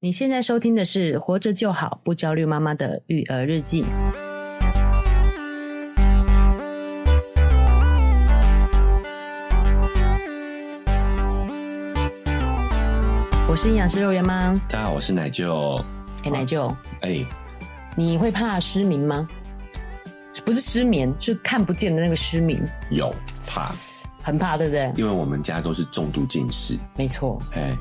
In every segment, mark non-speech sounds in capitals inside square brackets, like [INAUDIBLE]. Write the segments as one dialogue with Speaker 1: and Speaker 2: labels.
Speaker 1: 你现在收听的是《活着就好，不焦虑妈妈的育儿日记》。我是营养师肉圆妈。
Speaker 2: 大家好，我是奶舅。
Speaker 1: 哎、奶舅，
Speaker 2: 哎、
Speaker 1: 你会怕失明吗？不是失眠，是看不见的那个失明，
Speaker 2: 有怕，
Speaker 1: 很怕，对不对？
Speaker 2: 因为我们家都是重度近视，
Speaker 1: 没错。
Speaker 2: 哎、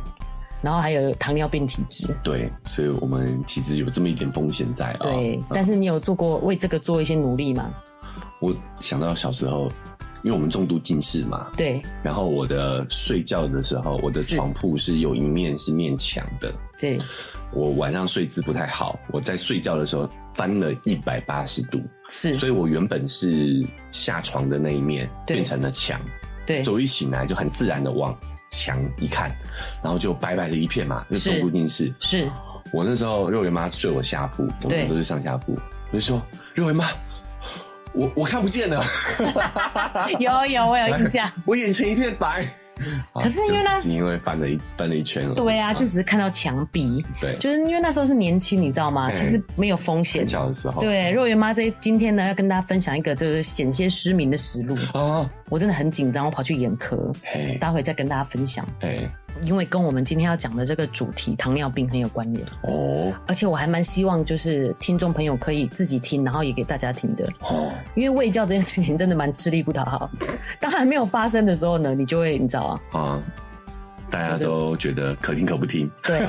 Speaker 1: 然后还有糖尿病体质，
Speaker 2: 对，所以我们其实有这么一点风险在啊、
Speaker 1: 对。但是你有做过为这个做一些努力吗？
Speaker 2: 我想到小时候，因为我们重度近视嘛，
Speaker 1: 对
Speaker 2: 然后我的睡觉的时候，我的
Speaker 1: 是
Speaker 2: 床铺是有一面是面墙的，
Speaker 1: 对，
Speaker 2: 我晚上睡姿不太好，我在睡觉的时候翻了一百八十度，
Speaker 1: 是，
Speaker 2: 所以我原本是下床的那一面
Speaker 1: 对
Speaker 2: 变成了墙。
Speaker 1: 对
Speaker 2: 所以我一醒来就很自然的往墙一看，然后就白白的一片嘛，那
Speaker 1: 是
Speaker 2: 重度近视。
Speaker 1: 是，
Speaker 2: 我那时候肉圆妈睡我下铺，我
Speaker 1: 对
Speaker 2: 们都是上下铺，我就说肉圆妈，我我看不见了，
Speaker 1: [LAUGHS] 有有，我有印象。
Speaker 2: 我眼前一片白。
Speaker 1: 可是因为那
Speaker 2: 啊就只因为翻了一翻了一圈
Speaker 1: [LAUGHS]
Speaker 2: 了，
Speaker 1: 对啊，就只是看到墙壁，
Speaker 2: 对，
Speaker 1: 就是因为那时候是年轻，你知道吗？
Speaker 2: 嗯
Speaker 1: 其实没有风险
Speaker 2: 很。小的时候，
Speaker 1: 对，若圆妈这一今天呢，要跟大家分享一个就是险些失明的实录。
Speaker 2: 啊，
Speaker 1: 我真的很紧张，我跑去眼科，
Speaker 2: 嘿，
Speaker 1: 待会再跟大家分享，
Speaker 2: 嘿，
Speaker 1: 因为跟我们今天要讲的这个主题糖尿病很有关联。
Speaker 2: 哦，
Speaker 1: 而且我还蛮希望就是听众朋友可以自己听，然后也给大家听的，
Speaker 2: 哦，
Speaker 1: 因为喂教这件事情真的蛮吃力不讨好。当还没有发生的时候呢，你就会你知道啊，
Speaker 2: 啊，大家都觉得可听可不听，
Speaker 1: 对，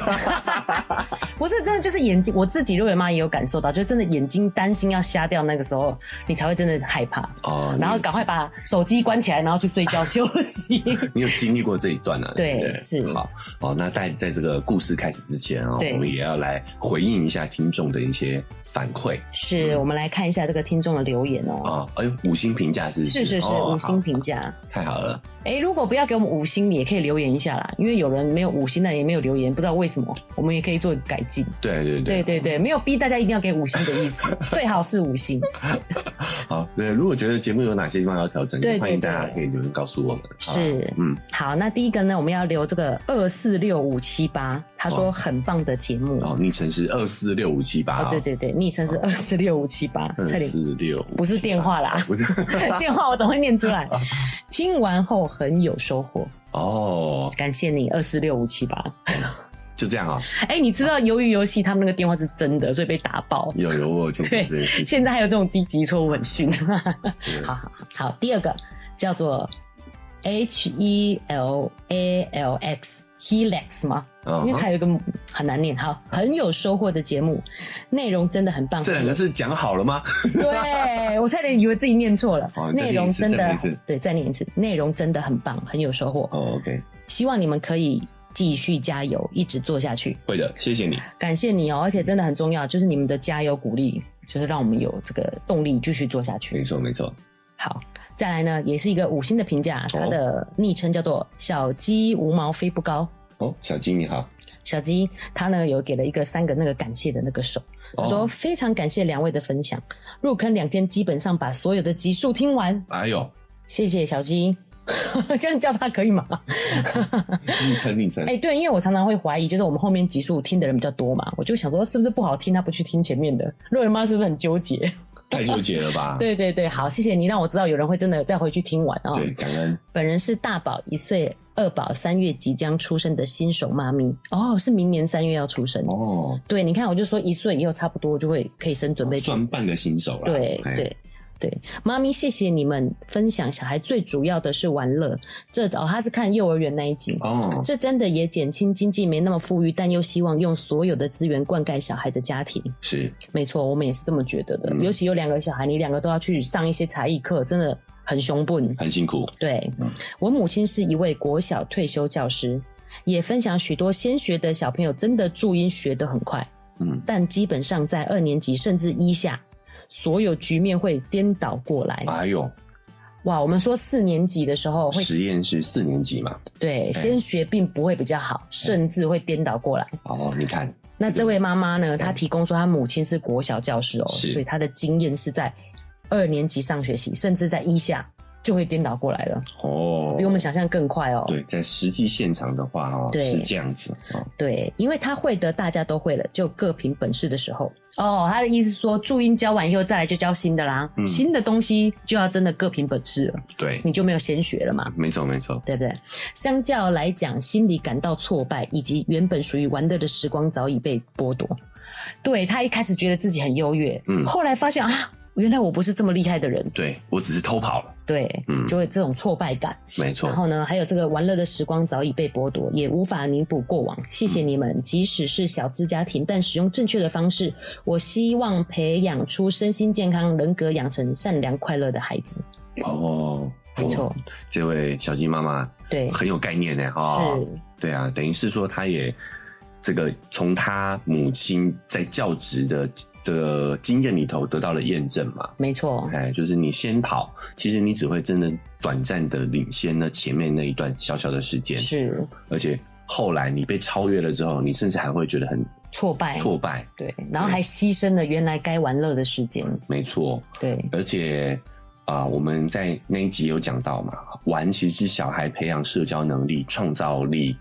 Speaker 1: 不是真的，就是眼睛，我自己肉圆妈也有感受到，就真的眼睛担心要瞎掉那个时候，你才会真的害怕，
Speaker 2: 啊，
Speaker 1: 然后
Speaker 2: 你
Speaker 1: 赶快把手机关起来，然后去睡觉休息。
Speaker 2: [LAUGHS] 你有经历过这一段啊？
Speaker 1: 对
Speaker 2: 对不对，
Speaker 1: 是
Speaker 2: 好哦。那在在这个故事开始之前啊、
Speaker 1: 对
Speaker 2: 我们也要来回应一下听众的一些反馈
Speaker 1: 是我们来看一下这个听众的留言哦，
Speaker 2: 啊、哎呦，五星评价是不
Speaker 1: 是是是，
Speaker 2: 哦
Speaker 1: 五星
Speaker 2: 好
Speaker 1: 评价。
Speaker 2: 太好了。
Speaker 1: 哎，如果不要给我们五星，你也可以留言一下啦，因为有人没有五星的也没有留言，不知道为什么，我们也可以做改进。
Speaker 2: 对对
Speaker 1: 对
Speaker 2: 对，
Speaker 1: 对对，没有逼大家一定要给五星的意 [LAUGHS] 思，最好是五星。
Speaker 2: 好对。如果觉得节目有哪些地方要调整，
Speaker 1: 对
Speaker 2: 也
Speaker 1: 对
Speaker 2: 欢迎大
Speaker 1: 对
Speaker 2: 家可以留言告诉我们。好吧
Speaker 1: 是
Speaker 2: 嗯，
Speaker 1: 好，那第一个呢，我们要留这个二四六五七八，他说
Speaker 2: 哇
Speaker 1: 很棒的节目。
Speaker 2: 哦，昵称是二四六五七八，啊
Speaker 1: 哦，对对对，昵称是二四六五七八，
Speaker 2: 二
Speaker 1: 差点
Speaker 2: 四六
Speaker 1: 不是电话 [LAUGHS] 啦，
Speaker 2: 不是
Speaker 1: 电话我怎么会念出来？听完后很有收获，
Speaker 2: 哦，
Speaker 1: 感谢你二四六五七八。
Speaker 2: 就这样啊、
Speaker 1: 哎，你知不知道鱿鱼游戏他们那个电话是真的，所以被打爆。
Speaker 2: 有有我有听说
Speaker 1: 对
Speaker 2: 这件事情，
Speaker 1: 现在还有这种低级错误很逊。
Speaker 2: 对
Speaker 1: 好好好，好，第二个叫做 H E L A L X Helix 吗？
Speaker 2: 嗯
Speaker 1: 因为它有一个很难念，好，很有收获的节目，内容真的很棒。
Speaker 2: 这两个是讲好了吗？
Speaker 1: 对我差点以为自己念错了
Speaker 2: 好，
Speaker 1: 内容真
Speaker 2: 哦再
Speaker 1: 的
Speaker 2: 念一次再念一次
Speaker 1: 对，再念一次，内容真的很棒，很有收获，
Speaker 2: 哦，OK，
Speaker 1: 希望你们可以继续加油，一直做下去，
Speaker 2: 会的，谢谢你。
Speaker 1: 感谢你哦，而且真的很重要，就是你们的加油鼓励，就是让我们有这个动力继续做下去
Speaker 2: 没。错，没错。
Speaker 1: 好，再来呢，也是一个五星的评价，它的昵称叫做“小鸡无毛飞不高
Speaker 2: 哦，小金你好。”。
Speaker 1: 小鸡它呢有给了一个三个那个感谢的那个手，他说
Speaker 2: 哦，
Speaker 1: 非常感谢两位的分享，入坑两天基本上把所有的集数听完，
Speaker 2: 哎呦，
Speaker 1: 谢谢小鸡。 [LAUGHS] 这样叫他可以吗？
Speaker 2: 嗯昵称昵称
Speaker 1: 哎、，对，因为我常常会怀疑，就是我们后面集数听的人比较多嘛，我就想说是不是不好听，他不去听前面的，肉人妈是不是很纠结？
Speaker 2: 太纠结了吧？
Speaker 1: [LAUGHS] 对对对，好，谢谢你让我知道有人会真的再回去听完啊、
Speaker 2: 对，感恩
Speaker 1: 本人是大宝一岁，二宝三月即将出生的新手妈咪，哦，是明年三月要出生。
Speaker 2: 哦，
Speaker 1: 对，你看，我就说一岁以后差不多就会可以生，准备做
Speaker 2: 算半个新手了。
Speaker 1: 对
Speaker 2: 哦哎
Speaker 1: 对对，妈咪，谢谢你们分享。小孩最主要的是玩乐，这哦，他是看幼儿园那一集。
Speaker 2: 哦，
Speaker 1: 这真的也减轻经济没那么富裕，但又希望用所有的资源灌溉小孩的家庭。
Speaker 2: 是
Speaker 1: 没错，我们也是这么觉得的。
Speaker 2: 嗯
Speaker 1: 尤其有两个小孩，你两个都要去上一些才艺课，真的很凶笨。
Speaker 2: 很辛苦。
Speaker 1: 对、
Speaker 2: 嗯
Speaker 1: 我母亲是一位国小退休教师，也分享许多先学的小朋友真的注音学得很快，
Speaker 2: 嗯，
Speaker 1: 但基本上在二年级甚至一下，所有局面会颠倒过来。
Speaker 2: 哎呦，
Speaker 1: 哇，我们说四年级的时候会
Speaker 2: 实验是四年级嘛？
Speaker 1: 对先学并不会比较
Speaker 2: 哎
Speaker 1: 好，甚至会颠倒过来。
Speaker 2: 哦，你看，
Speaker 1: 那这位妈妈呢，
Speaker 2: 对
Speaker 1: 她提供说她母亲是国小教师哦，
Speaker 2: 嗯是
Speaker 1: 所以她的经验是在二年级上学期，甚至在一下就会颠倒过来了，
Speaker 2: 哦，
Speaker 1: 比我们想象更快哦。
Speaker 2: 对，在实际现场的话哦，
Speaker 1: 对
Speaker 2: 是这样子哦，
Speaker 1: 对，因为他会的，大家都会了，就各凭本事的时候。哦，他的意思是说，注音教完以后，再来就教新的啦，
Speaker 2: 嗯
Speaker 1: 新的东西就要真的各凭本事了，
Speaker 2: 对，
Speaker 1: 你就没有先学了嘛。
Speaker 2: 没错没错，
Speaker 1: 对不对？相较来讲，心里感到挫败，以及原本属于玩乐的时光早已被剥夺。对他一开始觉得自己很优越，
Speaker 2: 嗯
Speaker 1: 后来发现啊，原来我不是这么厉害的人，
Speaker 2: 对我只是偷跑了，
Speaker 1: 对，
Speaker 2: 嗯
Speaker 1: 就会这种挫败感。
Speaker 2: 没错
Speaker 1: 然，后呢，还有这个玩乐的时光早已被剥夺，也无法弥补过往。谢谢你
Speaker 2: 嗯
Speaker 1: 们，即使是小资家庭，但使用正确的方式，我希望培养出身心健康、人格养成、善良快乐的孩子。
Speaker 2: 哦，
Speaker 1: 没错
Speaker 2: 哦，，这位小鸡妈妈
Speaker 1: 对，
Speaker 2: 很有概念呢，哦，
Speaker 1: 是，
Speaker 2: 对啊，等于是说他也这个从他母亲在教职的的经验里头得到了验证嘛。
Speaker 1: 没错，
Speaker 2: 哎，就是你先跑，其实你只会真的短暂的领先了前面那一段小小的时间，
Speaker 1: 是
Speaker 2: 而且后来你被超越了之后，你甚至还会觉得很
Speaker 1: 挫败，
Speaker 2: 挫败，
Speaker 1: 对，然后还牺牲了原来该玩乐的时间。
Speaker 2: 没错。
Speaker 1: 对，
Speaker 2: 而且啊、我们在那一集有讲到嘛，玩其实是小孩培养社交能力、创造力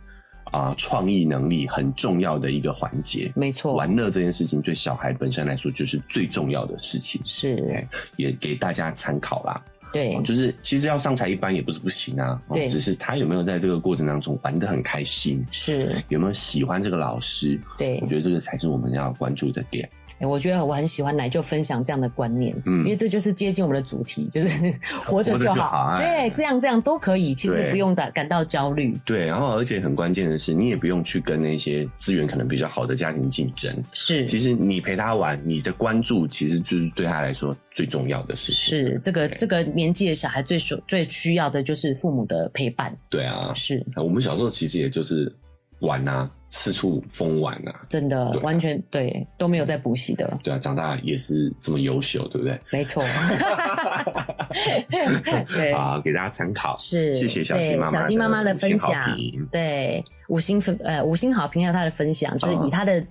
Speaker 2: 啊、创意能力很重要的一个环节。
Speaker 1: 没错，
Speaker 2: 玩乐这件事情对小孩本身来说就是最重要的事情，
Speaker 1: 是，
Speaker 2: 也给大家参考啦。
Speaker 1: 对
Speaker 2: 哦，就是其实要上台一般也不是不行啊，哦
Speaker 1: 对
Speaker 2: 只是他有没有在这个过程当中玩得很开心，
Speaker 1: 是，
Speaker 2: 有没有喜欢这个老师，
Speaker 1: 对
Speaker 2: 我。觉得这个才是我们要关注的点。
Speaker 1: 欸我觉得我很喜欢奶就分享这样的观念，
Speaker 2: 嗯
Speaker 1: 因为这就是接近我们的主题，就是
Speaker 2: [LAUGHS]
Speaker 1: 活着就
Speaker 2: 活着就好
Speaker 1: 好，对，
Speaker 2: 哎
Speaker 1: 这样这样都可以，其实
Speaker 2: 对
Speaker 1: 不用感感到焦虑，
Speaker 2: 对，然后而且很关键的是，你也不用去跟那些资源可能比较好的家庭竞争。
Speaker 1: 是
Speaker 2: 其实你陪他玩，你的关注其实就是对他来说最重要的事情。
Speaker 1: 是这个
Speaker 2: 对
Speaker 1: 这个年纪的小孩最所最需要的就是父母的陪伴，
Speaker 2: 对啊，
Speaker 1: 是
Speaker 2: 我们小时候其实也就是玩啊，四处疯玩啊。
Speaker 1: 真的
Speaker 2: 对啊
Speaker 1: 完全对都没有在补习的，
Speaker 2: 对啊，长大也是这么优秀，对不对？
Speaker 1: 没
Speaker 2: [LAUGHS]
Speaker 1: 错， [LAUGHS] 对。
Speaker 2: 啊，给大家参考。
Speaker 1: 是，
Speaker 2: 谢谢小鸡
Speaker 1: 对
Speaker 2: 妈妈
Speaker 1: 小鸡妈妈的
Speaker 2: 的
Speaker 1: 分
Speaker 2: 五星好
Speaker 1: 享
Speaker 2: 评，
Speaker 1: 对，五星分呃五星好评还有她的分享，就是
Speaker 2: 嗯
Speaker 1: 以她的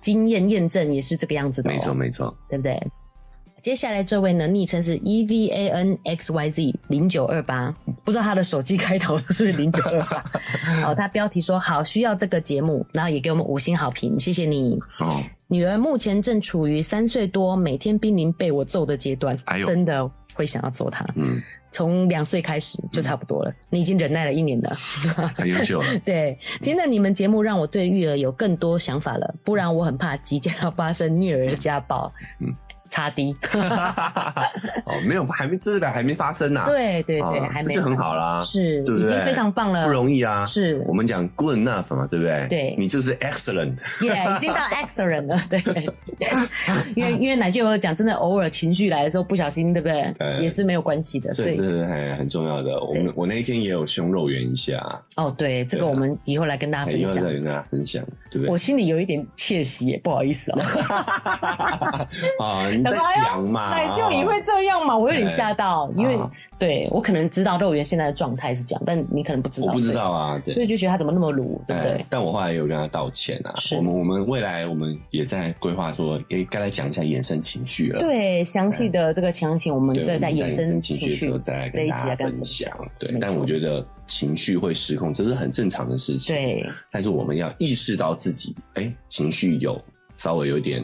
Speaker 1: 经验验证也是这个样子的、哦，
Speaker 2: 没错，没错。
Speaker 1: 对不对？接下来这位呢，昵称是 E V A N X Y Z 零九二八，不知道他的手机开头是不
Speaker 2: [LAUGHS]
Speaker 1: 是零九二八？哦，他标题说好需要这个节目，然后也给我们五星好评，谢谢你。
Speaker 2: 哦，
Speaker 1: 女儿目前正处于三岁多，每天濒临被我揍的阶段，
Speaker 2: 哎呦
Speaker 1: 真的会想要揍她。
Speaker 2: 嗯，
Speaker 1: 从两岁开始就差不多了，你已经忍耐了一年了。 [LAUGHS]
Speaker 2: 很优秀了。
Speaker 1: 对，听了你们节目，让我对育儿有更多想法了。不然我很怕即将要发生虐儿家暴。嗯
Speaker 2: 嗯，
Speaker 1: 擦低。
Speaker 2: [LAUGHS] 哦，没有，还没，这个还没发 [LAUGHS] 生呐、啊。
Speaker 1: 对对对，
Speaker 2: 啊
Speaker 1: 还
Speaker 2: 这
Speaker 1: 没
Speaker 2: 就很好啦，
Speaker 1: 是
Speaker 2: 对不
Speaker 1: 已
Speaker 2: 对
Speaker 1: 经非常棒了，
Speaker 2: 不容易啊。
Speaker 1: 是
Speaker 2: 我们讲 good enough 嘛，对不对？
Speaker 1: 对
Speaker 2: 你这是 excellent，
Speaker 1: 耶已
Speaker 2: [LAUGHS]
Speaker 1: 经到 excellent 了，对。因为因为奶舅有讲，真的偶尔情绪来的时候不小心，对不对？
Speaker 2: 对
Speaker 1: 也是没有关系的，
Speaker 2: 这
Speaker 1: 对。
Speaker 2: 是很很重要的。我们我那一天也有胸肉圆一下，
Speaker 1: 哦，对，这个
Speaker 2: 对啊
Speaker 1: 我们以后来跟大家
Speaker 2: 哎以
Speaker 1: 分
Speaker 2: 后
Speaker 1: 享。
Speaker 2: 再跟大家分享，对不
Speaker 1: 我
Speaker 2: 对？
Speaker 1: 心里有一点窃喜耶，不好意思哦。 [LAUGHS]
Speaker 2: 啊，你在讲嘛？啊
Speaker 1: 奶舅哎你会这样吗？我有点
Speaker 2: 对
Speaker 1: 吓到，因为
Speaker 2: 啊
Speaker 1: 对我可能知道肉圆现在的状态是这样，但你可能不知道，
Speaker 2: 我不知道啊，
Speaker 1: 所以，所
Speaker 2: 对。
Speaker 1: 以就觉得他怎么那么鲁，对不对
Speaker 2: 哎？但我后来有跟他道歉啊。
Speaker 1: 是
Speaker 2: 我们我们未来我们也在规划说，诶，该来讲一下衍生情绪了。
Speaker 1: 对，详细的这个详情我们
Speaker 2: 对，
Speaker 1: 再
Speaker 2: 我们
Speaker 1: 在衍生情
Speaker 2: 情绪的
Speaker 1: 绪
Speaker 2: 时候再来
Speaker 1: 这
Speaker 2: 跟
Speaker 1: 一
Speaker 2: 大
Speaker 1: 集来
Speaker 2: 家
Speaker 1: 跟大家
Speaker 2: 分
Speaker 1: 分
Speaker 2: 享
Speaker 1: 享。。
Speaker 2: 对
Speaker 1: 没，
Speaker 2: 但
Speaker 1: 错
Speaker 2: 我觉得情绪会失控，这是很正常的事情。，
Speaker 1: 对，
Speaker 2: 但是我们要意识到自己，哎、情绪有稍微有一点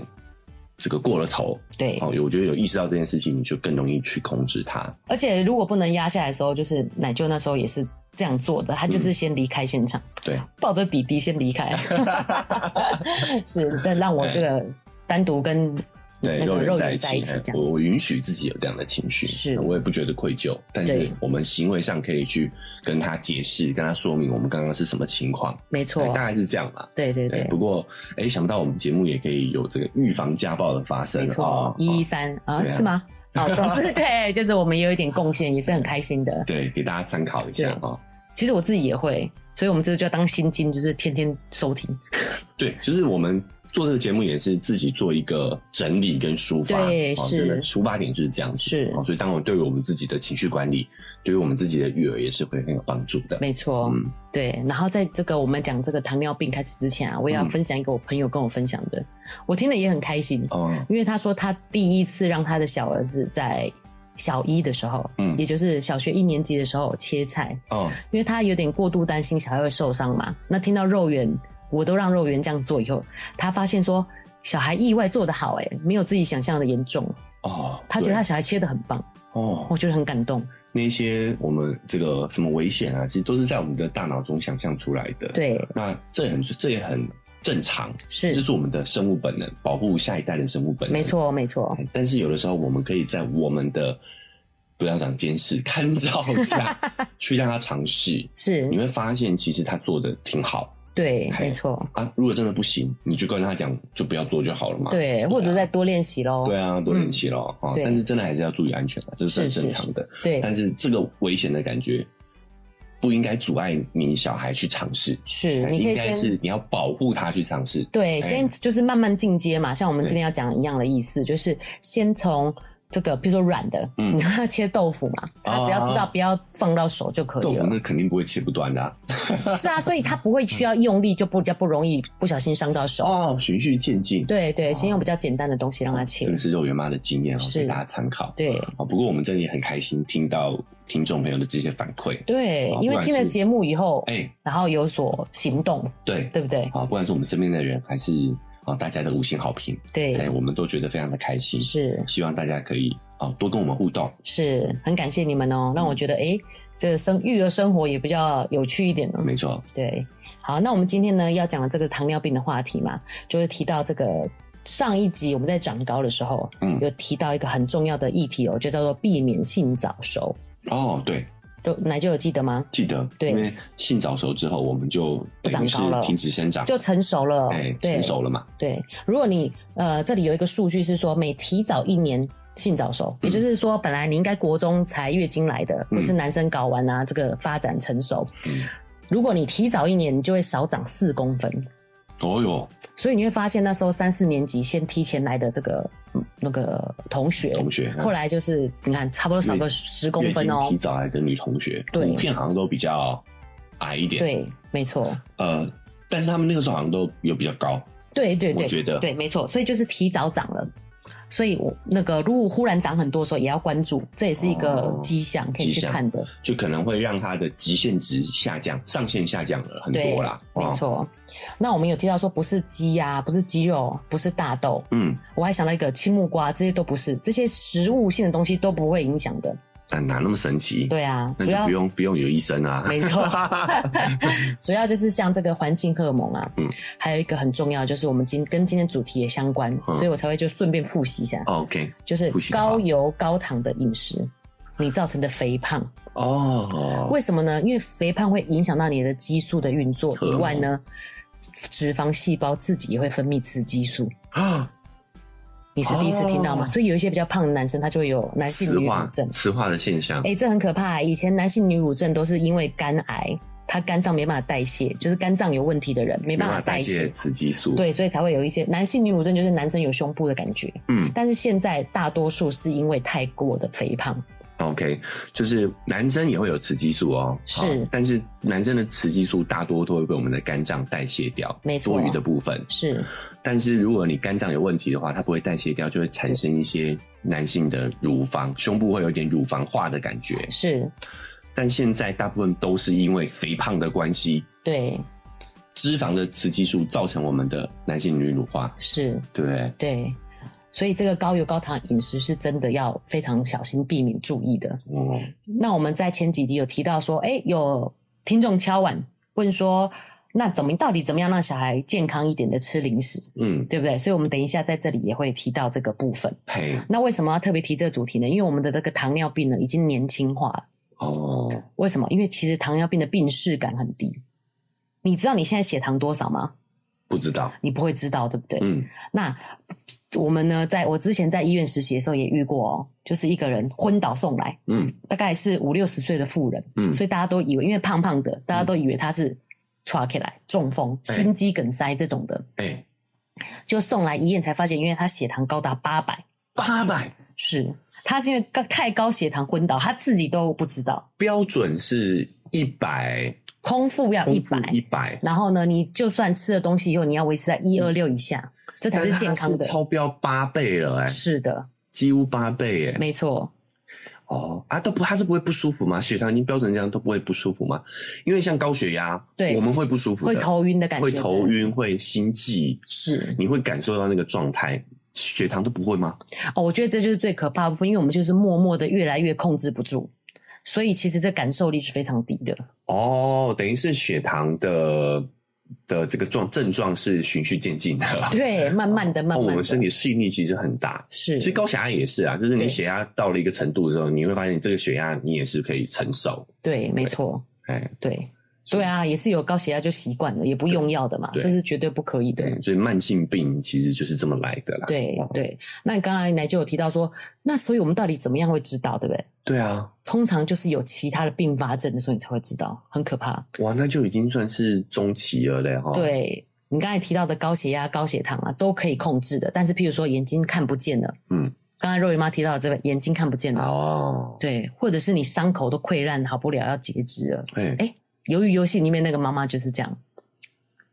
Speaker 2: 这个过了头，
Speaker 1: 对
Speaker 2: 哦，我觉得有意识到这件事情，你就更容易去控制它。
Speaker 1: 而且如果不能压下来的时候，就是奶舅那时候也是这样做的，他就是先离开现场，
Speaker 2: 对，
Speaker 1: 抱着弟弟先离
Speaker 2: [LAUGHS]
Speaker 1: 开，是，但让我这个单独跟
Speaker 2: 哎对，
Speaker 1: 那个
Speaker 2: 肉
Speaker 1: 肉
Speaker 2: 圆在
Speaker 1: 圆
Speaker 2: 一
Speaker 1: 在一起
Speaker 2: 起，
Speaker 1: 这
Speaker 2: 哎
Speaker 1: 样
Speaker 2: 我
Speaker 1: 子。
Speaker 2: 我允许自己有这样的情绪，
Speaker 1: 是
Speaker 2: 我也不觉得愧疚，但是
Speaker 1: 对
Speaker 2: 我们行为上可以去跟他解释，跟他说明我们刚刚是什么情况，
Speaker 1: 没
Speaker 2: 哎
Speaker 1: 错，
Speaker 2: 大概是这样吧。
Speaker 1: 对对
Speaker 2: 对
Speaker 1: 对，
Speaker 2: 不过哎，想不到我们节目也可以有这个预防家暴的发生
Speaker 1: 没
Speaker 2: 哦
Speaker 1: 错，一一三啊，
Speaker 2: 对啊
Speaker 1: 是
Speaker 2: [LAUGHS]
Speaker 1: 吗？哦，对 [LAUGHS] 对，就是我们也有一点贡献，也是很开心的。
Speaker 2: 对，给大家参考一下
Speaker 1: 对
Speaker 2: 哦。
Speaker 1: 其实我自己也会，所以我们这个就要当心经，就是天天收听。
Speaker 2: 对，就是我们做这个节目也是自己做一个整理跟抒发，
Speaker 1: 对
Speaker 2: 哦
Speaker 1: 是
Speaker 2: 这个出发点就是这样子，
Speaker 1: 是
Speaker 2: 哦，所以当然对于我们自己的情绪管理，对于我们自己的育儿也是会很有帮助的。
Speaker 1: 没错，
Speaker 2: 嗯
Speaker 1: 对。然后在这个我们讲这个糖尿病开始之前啊，我也要
Speaker 2: 嗯
Speaker 1: 分享一个我朋友跟我分享的，我听了也很开心，
Speaker 2: 哦，
Speaker 1: 因为他说他第一次让他的小儿子在小一的时候，
Speaker 2: 嗯
Speaker 1: 也就是小学一年级的时候切菜，
Speaker 2: 哦，
Speaker 1: 因为他有点过度担心小孩会受伤嘛。那听到肉圆，我都让肉圆这样做以后，他发现说小孩意外做得好、欸，没有自己想象的严重，
Speaker 2: 哦，
Speaker 1: 他觉得他小孩切得很棒，
Speaker 2: 对哦，
Speaker 1: 我觉得很感动。
Speaker 2: 那些我们这个什么危险啊，其实都是在我们的大脑中想象出来的。，
Speaker 1: 对，
Speaker 2: 那这很这也很正常，这
Speaker 1: 是
Speaker 2: 是我们的生物本能，保护下一代的生物本能。
Speaker 1: 没。错，没错，
Speaker 2: 但是有的时候，我们可以在我们的不要讲监视、看照
Speaker 1: [LAUGHS]
Speaker 2: 下去让他尝试，
Speaker 1: 是
Speaker 2: 你会发现其实他做的挺好
Speaker 1: 对，
Speaker 2: 嘿
Speaker 1: 没错，
Speaker 2: 啊。如果真的不行，你就跟他讲，就不要做就好了嘛。
Speaker 1: 对，
Speaker 2: 啊
Speaker 1: 或者再多练习喽。
Speaker 2: 对啊，多练习咯。啊、
Speaker 1: 对
Speaker 2: 但是真的还是要注意安全啊，这是很
Speaker 1: 是
Speaker 2: 正
Speaker 1: 是
Speaker 2: 常的。
Speaker 1: 对，
Speaker 2: 但是这个危险的感觉不应该阻碍你小孩去尝试，
Speaker 1: 是，嗯你可
Speaker 2: 应
Speaker 1: 以
Speaker 2: 该
Speaker 1: 先
Speaker 2: 是你要保护他去尝试。
Speaker 1: 对，
Speaker 2: 哎
Speaker 1: 先就是慢慢进阶嘛，像我们今天要讲一样的意思，就是先从这个，比如说软的，
Speaker 2: 嗯啊
Speaker 1: 你让他 [LAUGHS] 切豆腐嘛，他只要知道不要放到手就可
Speaker 2: 豆
Speaker 1: 以
Speaker 2: 腐
Speaker 1: 了。
Speaker 2: 那肯定不会切不断的啊、
Speaker 1: 是啊，所以他不会需要用力，就不比较不容易不小心伤到手。
Speaker 2: 哦，循序渐进。
Speaker 1: 对对，先用比较简单的东西让他切
Speaker 2: 这个。是肉圆妈的经验哦，
Speaker 1: 是
Speaker 2: 给大家参考。
Speaker 1: 对
Speaker 2: 啊，不过我们真的也很开心听到听众朋友的这些反馈。
Speaker 1: 对
Speaker 2: 哦，
Speaker 1: 因
Speaker 2: 不
Speaker 1: 为
Speaker 2: 然
Speaker 1: 听了
Speaker 2: 是
Speaker 1: 节目以后，
Speaker 2: 哎、
Speaker 1: 然后有所行动，
Speaker 2: 对，
Speaker 1: 对不对？
Speaker 2: 啊，不管是我们身边的人，还是啊大家的五星好评，哎、
Speaker 1: 对，
Speaker 2: 我们都觉得非常的开心。
Speaker 1: 是
Speaker 2: 希望大家可以啊多跟我们互动。
Speaker 1: 是，很感谢你们哦，让我觉得哎，这个生育儿生活也比较有趣一点呢。
Speaker 2: 没错，
Speaker 1: 对，好，那我们今天呢要讲的这个糖尿病的话题嘛，就是提到这个上一集我们在长高的时候，
Speaker 2: 嗯
Speaker 1: 有提到一个很重要的议题哦，就叫做避免性早熟。
Speaker 2: 哦，对，
Speaker 1: 就奶就有记得吗？
Speaker 2: 记得，
Speaker 1: 对
Speaker 2: 因为性早熟之后，我们就等于是
Speaker 1: 长高了
Speaker 2: 停止生长，
Speaker 1: 就成熟了，
Speaker 2: 哎、
Speaker 1: 对
Speaker 2: 成熟了嘛，
Speaker 1: 对。如果你呃这里有一个数据是说，每提早一年性早熟，也就是说本来你应该国中才月经来的，
Speaker 2: 嗯
Speaker 1: 或是男生睾丸啊这个发展成熟，
Speaker 2: 嗯
Speaker 1: 如果你提早一年，你就会少长四公分。
Speaker 2: 哦哟，
Speaker 1: 所以你会发现那时候三四年级先提前来的这个嗯那个同学，
Speaker 2: 同学，
Speaker 1: 后来就是你看差不多少
Speaker 2: 月
Speaker 1: 个十公分
Speaker 2: 月经
Speaker 1: 哦
Speaker 2: 提。早来的女同学，
Speaker 1: 对
Speaker 2: 普遍好像都比较矮一点，，
Speaker 1: 对，没错，
Speaker 2: 呃，但是他们那个时候好像都有比较高，
Speaker 1: 对对对，
Speaker 2: 我觉得
Speaker 1: 对，没错，所以就是提早长了。所以我那个如果忽然长很多的时候，也要关注，这也是一个
Speaker 2: 哦
Speaker 1: 迹象，可以
Speaker 2: 迹
Speaker 1: 去
Speaker 2: 象
Speaker 1: 看的。
Speaker 2: 就可能会让她的极限值下降，上限下降了很
Speaker 1: 对
Speaker 2: 多啦，
Speaker 1: 没
Speaker 2: 哦，
Speaker 1: 错。那我们有提到说，不是鸡呀、不是鸡肉，不是大豆，
Speaker 2: 嗯，
Speaker 1: 我还想到一个青木瓜，这些都不是，这些食物性的东西都不会影响的。
Speaker 2: 啊，哪那么神奇？，
Speaker 1: 对啊，
Speaker 2: 那
Speaker 1: 主
Speaker 2: 就
Speaker 1: 要
Speaker 2: 不用不用有医生啊，
Speaker 1: 没
Speaker 2: [LAUGHS]
Speaker 1: 错，主要就是像这个环境荷尔蒙啊，
Speaker 2: 嗯
Speaker 1: 还有一个很重要，就是我们今跟今天主题也相关，
Speaker 2: 嗯
Speaker 1: 所以我才会就顺便复习一下，
Speaker 2: 哦 OK，
Speaker 1: 就是
Speaker 2: 复习得好
Speaker 1: 高油高糖的饮食，你造成的肥胖，
Speaker 2: 哦，
Speaker 1: 为什么呢？因为肥胖会影响到你的激素的运作
Speaker 2: 荷
Speaker 1: 以
Speaker 2: 尔蒙
Speaker 1: 外呢，脂肪细胞自己也会分泌雌激素。
Speaker 2: 啊，
Speaker 1: 你是第一次听到吗？
Speaker 2: 哦
Speaker 1: 所以有一些比较胖的男生，他就会有男性
Speaker 2: 磁
Speaker 1: 女
Speaker 2: 化
Speaker 1: 乳症。
Speaker 2: 磁化的现象
Speaker 1: 哎、，这很可怕、以前男性女乳症都是因为肝癌，他肝脏没办法代谢，就是肝脏有问题的人没
Speaker 2: 没
Speaker 1: 办法代
Speaker 2: 代
Speaker 1: 谢
Speaker 2: 谢。雌激素，，
Speaker 1: 对，所以才会有一些男性女乳症，就是男生有胸部的感觉。
Speaker 2: 嗯。
Speaker 1: 但是现在大多数是因为太过的肥胖，
Speaker 2: OK，就是男生也会有雌激素哦，
Speaker 1: 是
Speaker 2: 好但是男生的雌激素大多都会被我们的肝脏代谢掉，
Speaker 1: 没错
Speaker 2: 多余的部分。
Speaker 1: 是
Speaker 2: 但是如果你肝脏有问题的话，它不会代谢掉，就会产生一些男性的乳房，胸部会有点乳房化的感觉。
Speaker 1: 是，
Speaker 2: 但现在大部分都是因为肥胖的关系，
Speaker 1: 对
Speaker 2: 脂肪的雌激素造成我们的男性女乳化，
Speaker 1: 是，
Speaker 2: 对不对？
Speaker 1: 对。所以这个高油高糖饮食是真的要非常小心避免注意的。
Speaker 2: 哦，
Speaker 1: 那我们在前几集有提到说，哎，有听众敲碗问说，那怎么到底怎么样让小孩健康一点的吃零食，
Speaker 2: 嗯，
Speaker 1: 对不对？所以我们等一下在这里也会提到这个部分。
Speaker 2: 嘿，
Speaker 1: 那为什么要特别提这个主题呢？因为我们的这个糖尿病呢已经年轻化了。
Speaker 2: 哦，
Speaker 1: 为什么？因为其实糖尿病的病视感很低。你知道你现在血糖多少吗？
Speaker 2: 不知道，
Speaker 1: 你不会知道，对不对？
Speaker 2: 嗯，
Speaker 1: 那我们呢，在我之前在医院实习的时候也遇过哦，就是一个人昏倒送来，
Speaker 2: 嗯，
Speaker 1: 大概是五六十岁的妇人，
Speaker 2: 嗯
Speaker 1: 所以大家都以为，因为胖胖的，大家都以为他是抓起来中风、
Speaker 2: 哎
Speaker 1: 心肌梗塞这种的，
Speaker 2: 哎、
Speaker 1: 就送来医院才发现，因为他血糖高达八百，
Speaker 2: 八百
Speaker 1: 是他是因为高太高血糖昏倒，他自己都不知道，
Speaker 2: 标准是一百，
Speaker 1: 空腹要一百，
Speaker 2: 一百，
Speaker 1: 然后呢，你就算吃了东西以后，你要维持在一二六以下，这才
Speaker 2: 但
Speaker 1: 是
Speaker 2: 它
Speaker 1: 健康
Speaker 2: 是
Speaker 1: 的。
Speaker 2: 超标八倍了、哎，
Speaker 1: 是的，
Speaker 2: 几乎八倍、哎，
Speaker 1: 没错，
Speaker 2: 哦啊，都不，他是不会不舒服吗？血糖已经标准这样都不会不舒服吗？因为像高血压，
Speaker 1: 对
Speaker 2: 我们会不舒服的，
Speaker 1: 会头晕的感觉，
Speaker 2: 会头，晕，会心悸，
Speaker 1: 是
Speaker 2: 你会感受到那个状态。血糖都不会吗？
Speaker 1: 哦，我觉得这就是最可怕的部分，因为我们就是默默的越来越控制不住，所以其实这感受力是非常低的。
Speaker 2: 哦，等于是血糖的的这个状症状是循序渐进的，
Speaker 1: 对，慢慢的，慢
Speaker 2: 哦我
Speaker 1: 慢
Speaker 2: 们身
Speaker 1: 的，
Speaker 2: 体适应力其实很大。
Speaker 1: 是
Speaker 2: 其实高血压也是啊，就是你
Speaker 1: 对
Speaker 2: 血压到了一个程度的时候，你会发现你这个血压你也是可以承受。
Speaker 1: 对，没错，
Speaker 2: 哎，
Speaker 1: 对。
Speaker 2: 是
Speaker 1: 对啊，也是有高血压就习惯了，也不用药的嘛，
Speaker 2: 对
Speaker 1: 这是绝对不可以的
Speaker 2: 对。，所以慢性病其实就是这么来的啦。
Speaker 1: 对
Speaker 2: 哦
Speaker 1: 对，那你刚才奶就有提到说，那所以我们到底怎么样会知道，对不对？
Speaker 2: 对啊，
Speaker 1: 通常就是有其他的并发症的时候，你才会知道，很可怕。
Speaker 2: 哇，那就已经算是中期了嘞哈。，
Speaker 1: 对你刚才提到的高血压、高血糖啊，都可以控制的。但是，譬如说眼睛看不见了，
Speaker 2: 嗯，
Speaker 1: 刚才肉姨妈提到的这个眼睛看不见了，
Speaker 2: 哦，
Speaker 1: 对，或者是你伤口都溃烂好不了，要截肢了。
Speaker 2: 对
Speaker 1: 哎由于游戏里面那个妈妈就是这样，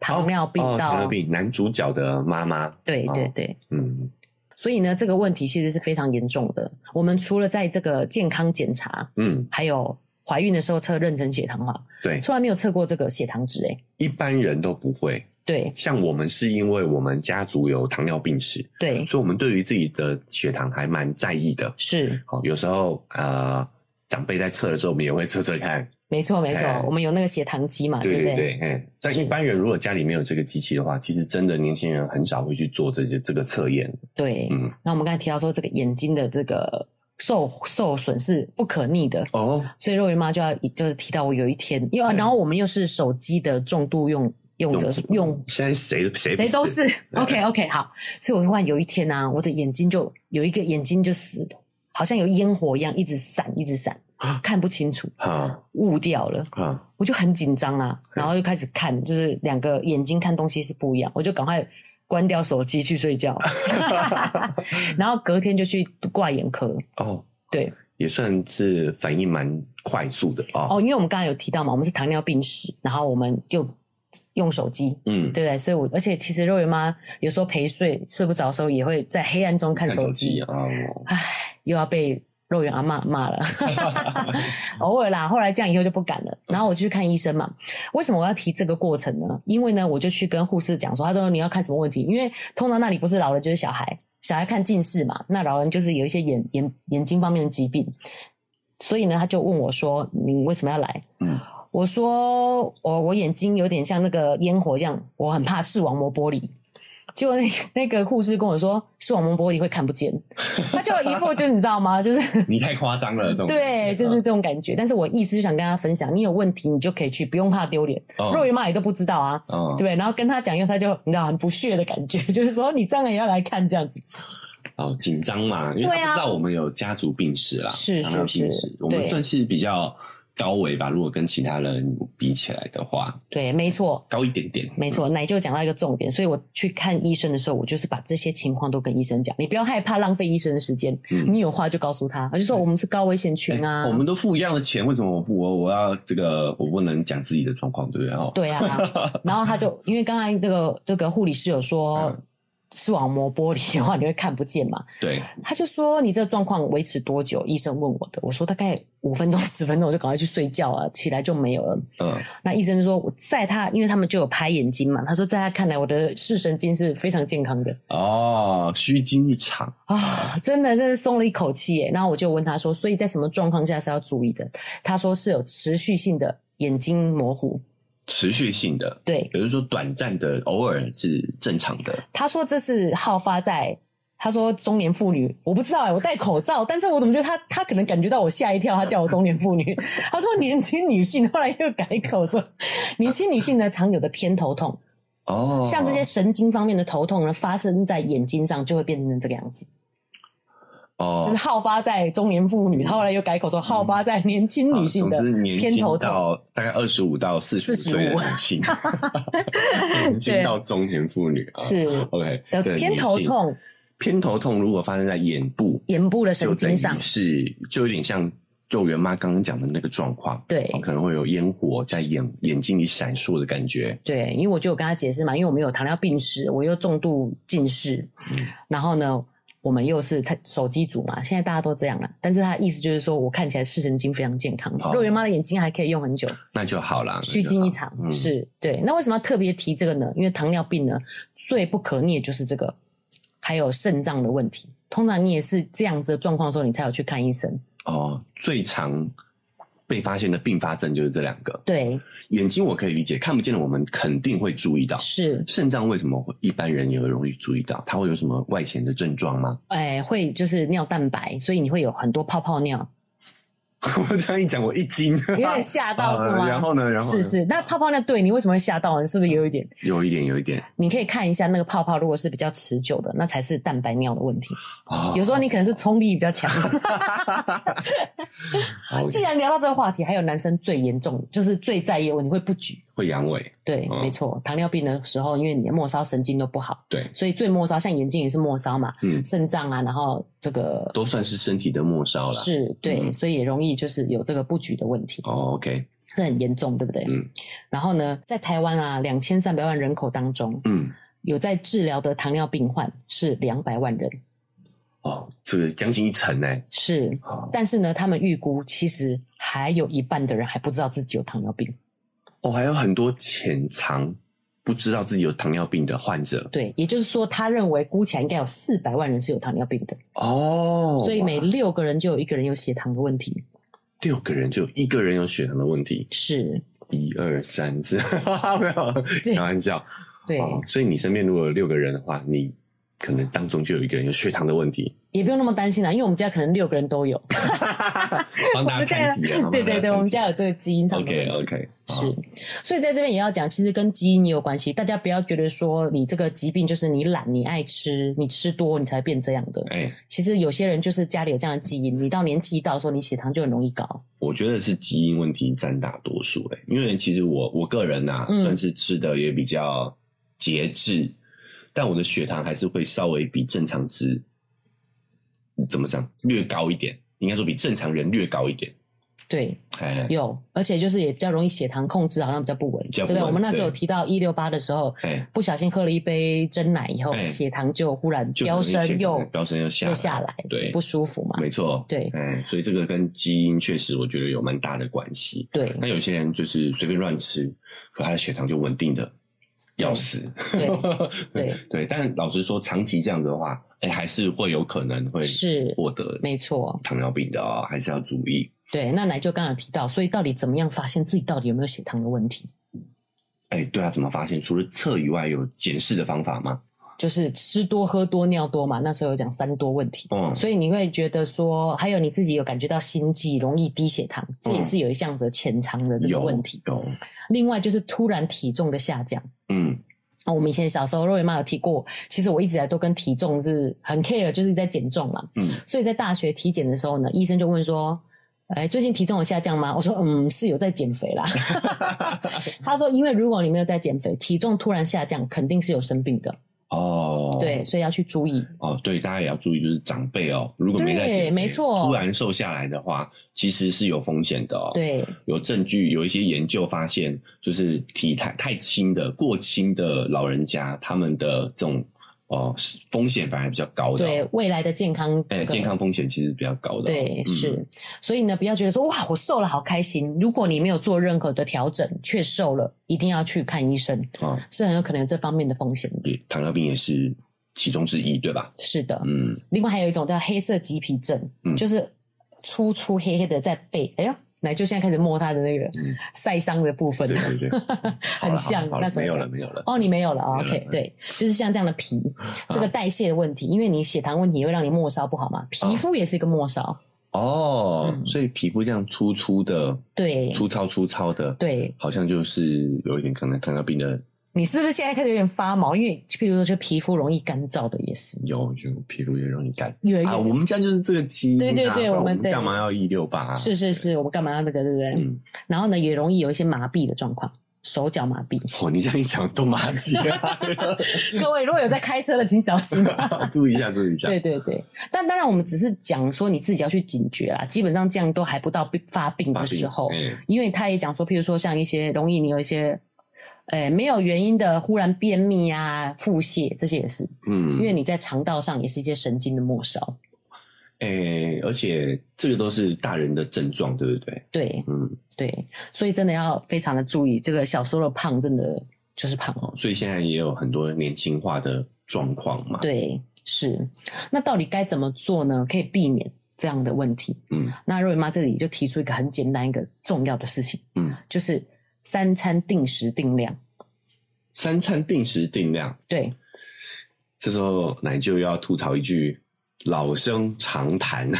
Speaker 1: 糖尿病
Speaker 2: 哦
Speaker 1: 到、
Speaker 2: 糖尿病男主角的妈妈，
Speaker 1: 对
Speaker 2: 哦
Speaker 1: 对对。
Speaker 2: 嗯，
Speaker 1: 所以呢，这个问题其实是非常严重的。我们除了在这个健康检查，
Speaker 2: 嗯，
Speaker 1: 还有怀孕的时候测妊娠血糖化，
Speaker 2: 对，
Speaker 1: 从来没有测过这个血糖值、诶哎
Speaker 2: 一般人都不会。
Speaker 1: 对
Speaker 2: 像我们是因为我们家族有糖尿病史，
Speaker 1: 对，
Speaker 2: 所以我们对于自己的血糖还蛮在意的。
Speaker 1: 是
Speaker 2: 好，有时候呃，长辈在测的时候，我们也会测测看。
Speaker 1: 没错没错
Speaker 2: 哎。
Speaker 1: 我们有那个血糖机嘛，
Speaker 2: 对
Speaker 1: 啊不
Speaker 2: 对对，嗯。但
Speaker 1: 是
Speaker 2: 一般人如果家里没有这个机器的话，其实真的年轻人很少会去做这些这个测验。
Speaker 1: 对，
Speaker 2: 嗯，
Speaker 1: 那我们刚才提到说，这个眼睛的这个受受损是不可逆的，
Speaker 2: 哦，
Speaker 1: 所以肉圆妈就要就是提到我有一天，因为
Speaker 2: 嗯
Speaker 1: 然后我们又是手机的重度用用者用
Speaker 2: 现在谁谁
Speaker 1: 谁
Speaker 2: 不
Speaker 1: 都是 [LAUGHS]
Speaker 2: 嗯
Speaker 1: OK OK 好，所以我突然有一天啊，我的眼睛就有一个眼睛就死了，好像有烟火一样，一直闪一直闪，看不清楚，
Speaker 2: 啊
Speaker 1: 雾掉了。
Speaker 2: 啊
Speaker 1: 我就很紧张啊，然后就开始看，就是两个眼睛看东西是不一样，我就赶快关掉手机去睡 [LAUGHS] 觉，然后隔天就去挂眼科。
Speaker 2: 哦，
Speaker 1: 对
Speaker 2: 也算是反应蛮快速的哦。
Speaker 1: 哦，因为我们刚才有提到嘛，我们是糖尿病史，然后我们就用手机，
Speaker 2: 嗯，
Speaker 1: 对不对？所以我而且其实肉圆妈有时候陪睡睡不着的时候，也会在黑暗中看
Speaker 2: 看
Speaker 1: 手
Speaker 2: 手
Speaker 1: 机
Speaker 2: 机，啊，
Speaker 1: [LAUGHS]
Speaker 2: 哦
Speaker 1: 唉，又要被肉圆阿妈骂了，偶尔啦。后来这样以后就不敢了。然后我就去看医生嘛。为什么我要提这个过程呢？因为呢，我就去跟护士讲说，他说你要看什么问题？因为通常那里不是老人就是小孩，小孩看近视嘛，那老人就是有一些眼眼眼睛方面的疾病。所以呢，他就问我说：“你为什么要来？”
Speaker 2: 嗯，
Speaker 1: 我说：“我我眼睛有点像那个烟火一样，我很怕视网膜玻璃。”结果那个那个护士跟我说，视网膜玻璃会看不见，他就一副就你知道
Speaker 2: [LAUGHS]
Speaker 1: 吗？就是
Speaker 2: 你太夸张了，这种嗯
Speaker 1: 对，就是这种感觉。但是我意思就想跟他分享，你有问题你就可以去，不用怕丢脸。肉
Speaker 2: 哦
Speaker 1: 圆妈也都不知道啊，对不
Speaker 2: 哦
Speaker 1: 对？然后跟他讲以后，他就你知道很不屑的感觉， [LAUGHS] 就是说你这样也要来看这样子。
Speaker 2: 哦，紧张嘛，因为
Speaker 1: 对
Speaker 2: 他
Speaker 1: 啊
Speaker 2: 不知道我们有家族病史啦，
Speaker 1: 是
Speaker 2: 糖尿
Speaker 1: 是
Speaker 2: 病
Speaker 1: 是
Speaker 2: 史，我们
Speaker 1: 对
Speaker 2: 算是比较高危吧，如果跟其他人比起来的话，
Speaker 1: 对，没错。
Speaker 2: 高一点点，
Speaker 1: 没错，奶就讲到一个重点，所以我去看医生的时候，我就是把这些情况都跟医生讲，你不要害怕浪费医生的时间，
Speaker 2: 嗯
Speaker 1: 你有话就告诉他，我就说我们是高危险群啊，
Speaker 2: 哎我们都付一样的钱，为什么我不我我要这个我不能讲自己的状况，对不对？哦，
Speaker 1: 对
Speaker 2: [LAUGHS]
Speaker 1: 啊，然后他就因为刚才那个这个护理师有说
Speaker 2: 嗯，
Speaker 1: 视网膜玻璃的话你会看不见嘛，
Speaker 2: 对，
Speaker 1: 他就说你这个状况维持多久？医生问我的，我说大概五分钟 [LAUGHS] 十分钟，我就赶快去睡觉啊，起来就没有了。
Speaker 2: 嗯，
Speaker 1: 那医生就说，我在他因为他们就有拍眼睛嘛，他说在他看来我的视神经是非常健康的
Speaker 2: 哦，虚惊一场，
Speaker 1: 啊，真的真的松了一口气耶。然后我就问他说，所以在什么状况下是要注意的？他说是有持续性的眼睛模糊，
Speaker 2: 持续性的，
Speaker 1: 对，
Speaker 2: 也就是说短暂的，偶尔是正常的，
Speaker 1: 他说这是好发在，他说中年妇女，我不知道哎、我戴口罩，但是我怎么觉得他他可能感觉到我吓一跳，他叫我中年妇女， [LAUGHS] 他说年轻女性，后来又改口说年轻女性呢常有的偏头痛，
Speaker 2: 哦，
Speaker 1: 像这些神经方面的头痛呢，发生在眼睛上就会变成这个样子，
Speaker 2: 哦，
Speaker 1: 就是好发在中年妇女，他后来又改口说好发在年轻女性
Speaker 2: 啊
Speaker 1: 的
Speaker 2: 总之年
Speaker 1: 偏头
Speaker 2: 轻
Speaker 1: 痛。
Speaker 2: 到大概二十五到四十岁的
Speaker 1: 45 [LAUGHS]
Speaker 2: 女性，年轻到中年妇女啊，
Speaker 1: 是
Speaker 2: OK
Speaker 1: 的
Speaker 2: 对
Speaker 1: 偏头，
Speaker 2: 女性
Speaker 1: 痛，
Speaker 2: 偏头痛如果发生在眼部，
Speaker 1: 眼部的
Speaker 2: 就
Speaker 1: 神
Speaker 2: 等于
Speaker 1: 经上，
Speaker 2: 是就有点像肉圆妈刚刚讲的那个状况，
Speaker 1: 对
Speaker 2: 哦可能会有烟火在眼眼睛里闪烁的感觉，
Speaker 1: 对，
Speaker 2: 嗯
Speaker 1: 因为我就有跟他解释嘛，因为我们有糖尿病史，我又重度近视，然后呢，我们又是他手机组嘛，现在大家都这样了。但是他意思就是说我看起来视神经非常健康，
Speaker 2: 好
Speaker 1: 肉圆妈的眼睛还可以用很久，
Speaker 2: 那就好啦，
Speaker 1: 虚惊一场、
Speaker 2: 嗯
Speaker 1: 是对。那为什么要特别提这个呢？因为糖尿病呢最不可逆的就是这个，还有肾脏的问题。通常你也是这样子的状况的时候，你才有去看医生。
Speaker 2: 哦，最常被发现的并发症就是这两个。
Speaker 1: 对，
Speaker 2: 眼睛我可以理解，看不见的我们肯定会注意到。
Speaker 1: 是，
Speaker 2: 肾脏为什么会一般人也会容易注意到？它会有什么外显的症状吗？ [LAUGHS]
Speaker 1: 哎、会就是尿蛋白，所以你会有很多泡泡尿。
Speaker 2: 我这样一讲，我一惊，
Speaker 1: 你有点吓到是吗？
Speaker 2: [LAUGHS] 啊然后呢？然后呢
Speaker 1: 是是，那泡泡尿对你为什么会吓到呢？是不是有一点？
Speaker 2: 有一点，有一点
Speaker 1: 你可以看一下那个泡泡，如果是比较持久的，那才是蛋白尿的问题。
Speaker 2: 啊。
Speaker 1: 有时候你可能是冲力比较
Speaker 2: [LAUGHS]
Speaker 1: 强。
Speaker 2: 好
Speaker 1: 既然聊到这个话题，还有男生最严重，就是最在意的问题会不举。
Speaker 2: 会阳痿，
Speaker 1: 对，
Speaker 2: 嗯
Speaker 1: 没错，糖尿病的时候，因为你的末梢神经都不好，
Speaker 2: 对，
Speaker 1: 所以最末梢，像眼睛也是末梢嘛，
Speaker 2: 嗯，
Speaker 1: 肾脏啊，然后这个
Speaker 2: 都算是身体的末梢了。
Speaker 1: 是对，
Speaker 2: 嗯
Speaker 1: 所以也容易就是有这个不举的问题，
Speaker 2: 哦，OK，
Speaker 1: 这很严重，对不对？
Speaker 2: 嗯。
Speaker 1: 然后呢，在台湾啊，两千三百万人口当中，
Speaker 2: 嗯，
Speaker 1: 有在治疗的糖尿病患是两百万人，
Speaker 2: 哦，这个将近一成呢。
Speaker 1: 是
Speaker 2: 哦
Speaker 1: 但是呢，他们预估其实还有一半的人还不知道自己有糖尿病。
Speaker 2: 哦，还有很多潜藏不知道自己有糖尿病的患者。
Speaker 1: 对，也就是说，他认为估起来应该有四百万人是有糖尿病的，
Speaker 2: 哦，
Speaker 1: 所以每
Speaker 2: 哇
Speaker 1: 六个人就有一个人有血糖的问题。
Speaker 2: 六个人就有一个人有血糖的问题，
Speaker 1: 是，
Speaker 2: 一二三四， [LAUGHS] 没有开玩笑。
Speaker 1: 对，
Speaker 2: 哦所以你身边如果有六个人的话，你可能当中就有一个人有血糖的
Speaker 1: [LAUGHS]
Speaker 2: 问题。
Speaker 1: 也不用那么担心啦，因为我们家可能六个人都有。
Speaker 2: 帮大家
Speaker 1: [LAUGHS]
Speaker 2: 看题啊！
Speaker 1: 对对对，我们家有
Speaker 2: 有
Speaker 1: 这个基因上的问
Speaker 2: OK
Speaker 1: 题。
Speaker 2: 哦 OK
Speaker 1: 是，所以在这边也要讲，其实跟基因也有关系。大家不要觉得说你这个疾病就是你懒、你爱吃、你吃多，你才变这样的。
Speaker 2: 哎，
Speaker 1: 其实有些人就是家里有这样的基因，你到年纪一到的时候，你血糖就很容易高。
Speaker 2: 我觉得是基因问题占大多数哎、因为其实我我个人呐、
Speaker 1: 嗯
Speaker 2: 算是吃的也比较节制，但我的血糖还是会稍微比正常值怎么讲略高一点，应该说比正常人略高一点。
Speaker 1: 对，
Speaker 2: 哎，
Speaker 1: 有，而且就是也比较容易血糖控制，好像比较不稳，
Speaker 2: 较
Speaker 1: 对不
Speaker 2: 不
Speaker 1: 对？
Speaker 2: 稳
Speaker 1: 我们那时候有
Speaker 2: 对
Speaker 1: 提到一六八的时候，
Speaker 2: 哎，
Speaker 1: 不小心喝了一杯真奶以后，
Speaker 2: 哎
Speaker 1: 血糖就忽然
Speaker 2: 就
Speaker 1: 飙
Speaker 2: 可能
Speaker 1: 升
Speaker 2: 血糖
Speaker 1: 又
Speaker 2: 飙升又下
Speaker 1: 又下来，
Speaker 2: 对
Speaker 1: 不舒服嘛？
Speaker 2: 没错，
Speaker 1: 对
Speaker 2: 哎，所以这个跟基因确实我觉得有蛮大的关系。
Speaker 1: 对
Speaker 2: 那有些人就是随便乱吃，可他的血糖就稳定的要死。 [LAUGHS]
Speaker 1: 对对
Speaker 2: 对，但老实说，长期这样的话，哎、还是会有可能会
Speaker 1: 是
Speaker 2: 获得
Speaker 1: 没错，
Speaker 2: 糖尿病的哦，还是要注意。
Speaker 1: 对。那奶就刚刚有提到，所以到底怎么样发现自己到底有没有血糖的问题？
Speaker 2: 哎、对啊，怎么发现？除了测以外，有检视的方法吗？
Speaker 1: 就是吃多、喝多、尿多嘛，那时候有讲三多问题。
Speaker 2: 嗯，
Speaker 1: 所以你会觉得说，还有你自己有感觉到心悸、容易低血糖，这也
Speaker 2: 嗯
Speaker 1: 是有一项的潜藏的这个
Speaker 2: 有
Speaker 1: 问题。
Speaker 2: 有，
Speaker 1: 另外就是突然体重的下降，
Speaker 2: 嗯，
Speaker 1: 啊，我们以前小时候，肉圆妈有提过，其实我一直以来都跟体重是很 care，就是在减重嘛。
Speaker 2: 嗯，
Speaker 1: 所以在大学体检的时候呢，医生就问说：“哎，最近体重有下降吗？”我说：“嗯，是有在减肥
Speaker 2: [LAUGHS]
Speaker 1: 啦。”他说：“因为如果你没有在减肥，体重突然下降，肯定是有生病的，
Speaker 2: 哦，
Speaker 1: 对，，所以要去注意。
Speaker 2: 哦，对，大家也要注意，就是长辈哦，如果没在
Speaker 1: 对
Speaker 2: 减肥，
Speaker 1: 没错
Speaker 2: 突然瘦下来的话，其实是有风险的哦。，
Speaker 1: 对，
Speaker 2: 有证据，有一些研究发现，就是体态太轻的、过轻的老人家，他们的这种哦风险反而比较高的、哦。
Speaker 1: 对，未来的健康，
Speaker 2: 哎、健康风险其实比较高的、哦。
Speaker 1: 对，
Speaker 2: 嗯
Speaker 1: 是，所以呢，不要觉得说哇，我瘦了好开心。如果你没有做任何的调整，却瘦了，一定要去看医生，
Speaker 2: 哦，
Speaker 1: 是很有可能有这方面的风险的。
Speaker 2: 也糖尿病也是其中之一，对吧？
Speaker 1: 是的，
Speaker 2: 嗯，
Speaker 1: 另外还有一种叫黑色棘皮症，
Speaker 2: 嗯
Speaker 1: 就是粗粗黑黑的在背，哎呦，奶就现在开始摸它的那个
Speaker 2: 嗯
Speaker 1: 晒伤的部分，
Speaker 2: 对
Speaker 1: [LAUGHS]
Speaker 2: 对对，好
Speaker 1: 很
Speaker 2: 了
Speaker 1: 像
Speaker 2: 好了
Speaker 1: 那
Speaker 2: 好了
Speaker 1: 时候
Speaker 2: 没有
Speaker 1: 讲
Speaker 2: 了，没有了。
Speaker 1: 哦，你没有了
Speaker 2: 没
Speaker 1: 哦
Speaker 2: 有了
Speaker 1: ，OK，
Speaker 2: 嗯啊
Speaker 1: 对，就是像这样的皮，这个代谢的问题，因为你血糖问题也会让你末梢不好嘛，
Speaker 2: 啊
Speaker 1: 皮肤也是一个末梢，
Speaker 2: 哦，
Speaker 1: 嗯
Speaker 2: 所以皮肤这样粗粗的、
Speaker 1: 对
Speaker 2: 粗糙粗糙的，，
Speaker 1: 对，
Speaker 2: 好像就是有一点可能糖尿病的
Speaker 1: 你是不是现在开始有点发毛？因为譬如说，就皮肤容易干燥的也是，
Speaker 2: 有，就皮肤也容易干。
Speaker 1: 有一
Speaker 2: 啊，
Speaker 1: 点
Speaker 2: 我们家就是这个基因、啊，
Speaker 1: 对对对
Speaker 2: 不然
Speaker 1: 我
Speaker 2: 我
Speaker 1: 们对
Speaker 2: 干嘛要一六八？啊
Speaker 1: 是是是，我们干嘛要那个，对不对？
Speaker 2: 嗯
Speaker 1: 然后呢，也容易有一些麻痹的状况，手脚麻痹。 [LAUGHS]
Speaker 2: 哦，你这样一讲都麻痹了，
Speaker 1: 各位如果有在开车的，请小心。
Speaker 2: [LAUGHS] 啊注意一下，注意一下。
Speaker 1: 对对对，但当然我们只是讲说你自己要去警觉啦，基本上这样都还不到病发病
Speaker 2: 发
Speaker 1: 的
Speaker 2: 病
Speaker 1: 时候，
Speaker 2: 哎
Speaker 1: 因为他也讲说，譬如说像一些容易你有一些哎、没有原因的忽然便秘啊、腹泻，这些也是，
Speaker 2: 嗯，
Speaker 1: 因为你在肠道上也是一些神经的末梢。
Speaker 2: 诶、而且这个都是大人的症状，对不对？
Speaker 1: 对
Speaker 2: 嗯，
Speaker 1: 对，所以真的要非常的注意，这个小时候的胖真的就是胖。
Speaker 2: 哦，所以现在也有很多年轻化的状况嘛。，
Speaker 1: 对，是。那到底该怎么做呢？可以避免这样的问题。
Speaker 2: 嗯
Speaker 1: 那瑞妈这里就提出一个很简单、一个重要的事情，
Speaker 2: 嗯，
Speaker 1: 就是三餐定时定量。
Speaker 2: 三餐定时定量， [LAUGHS]
Speaker 1: 对，
Speaker 2: 这时候奶就要吐槽一句老生常谈。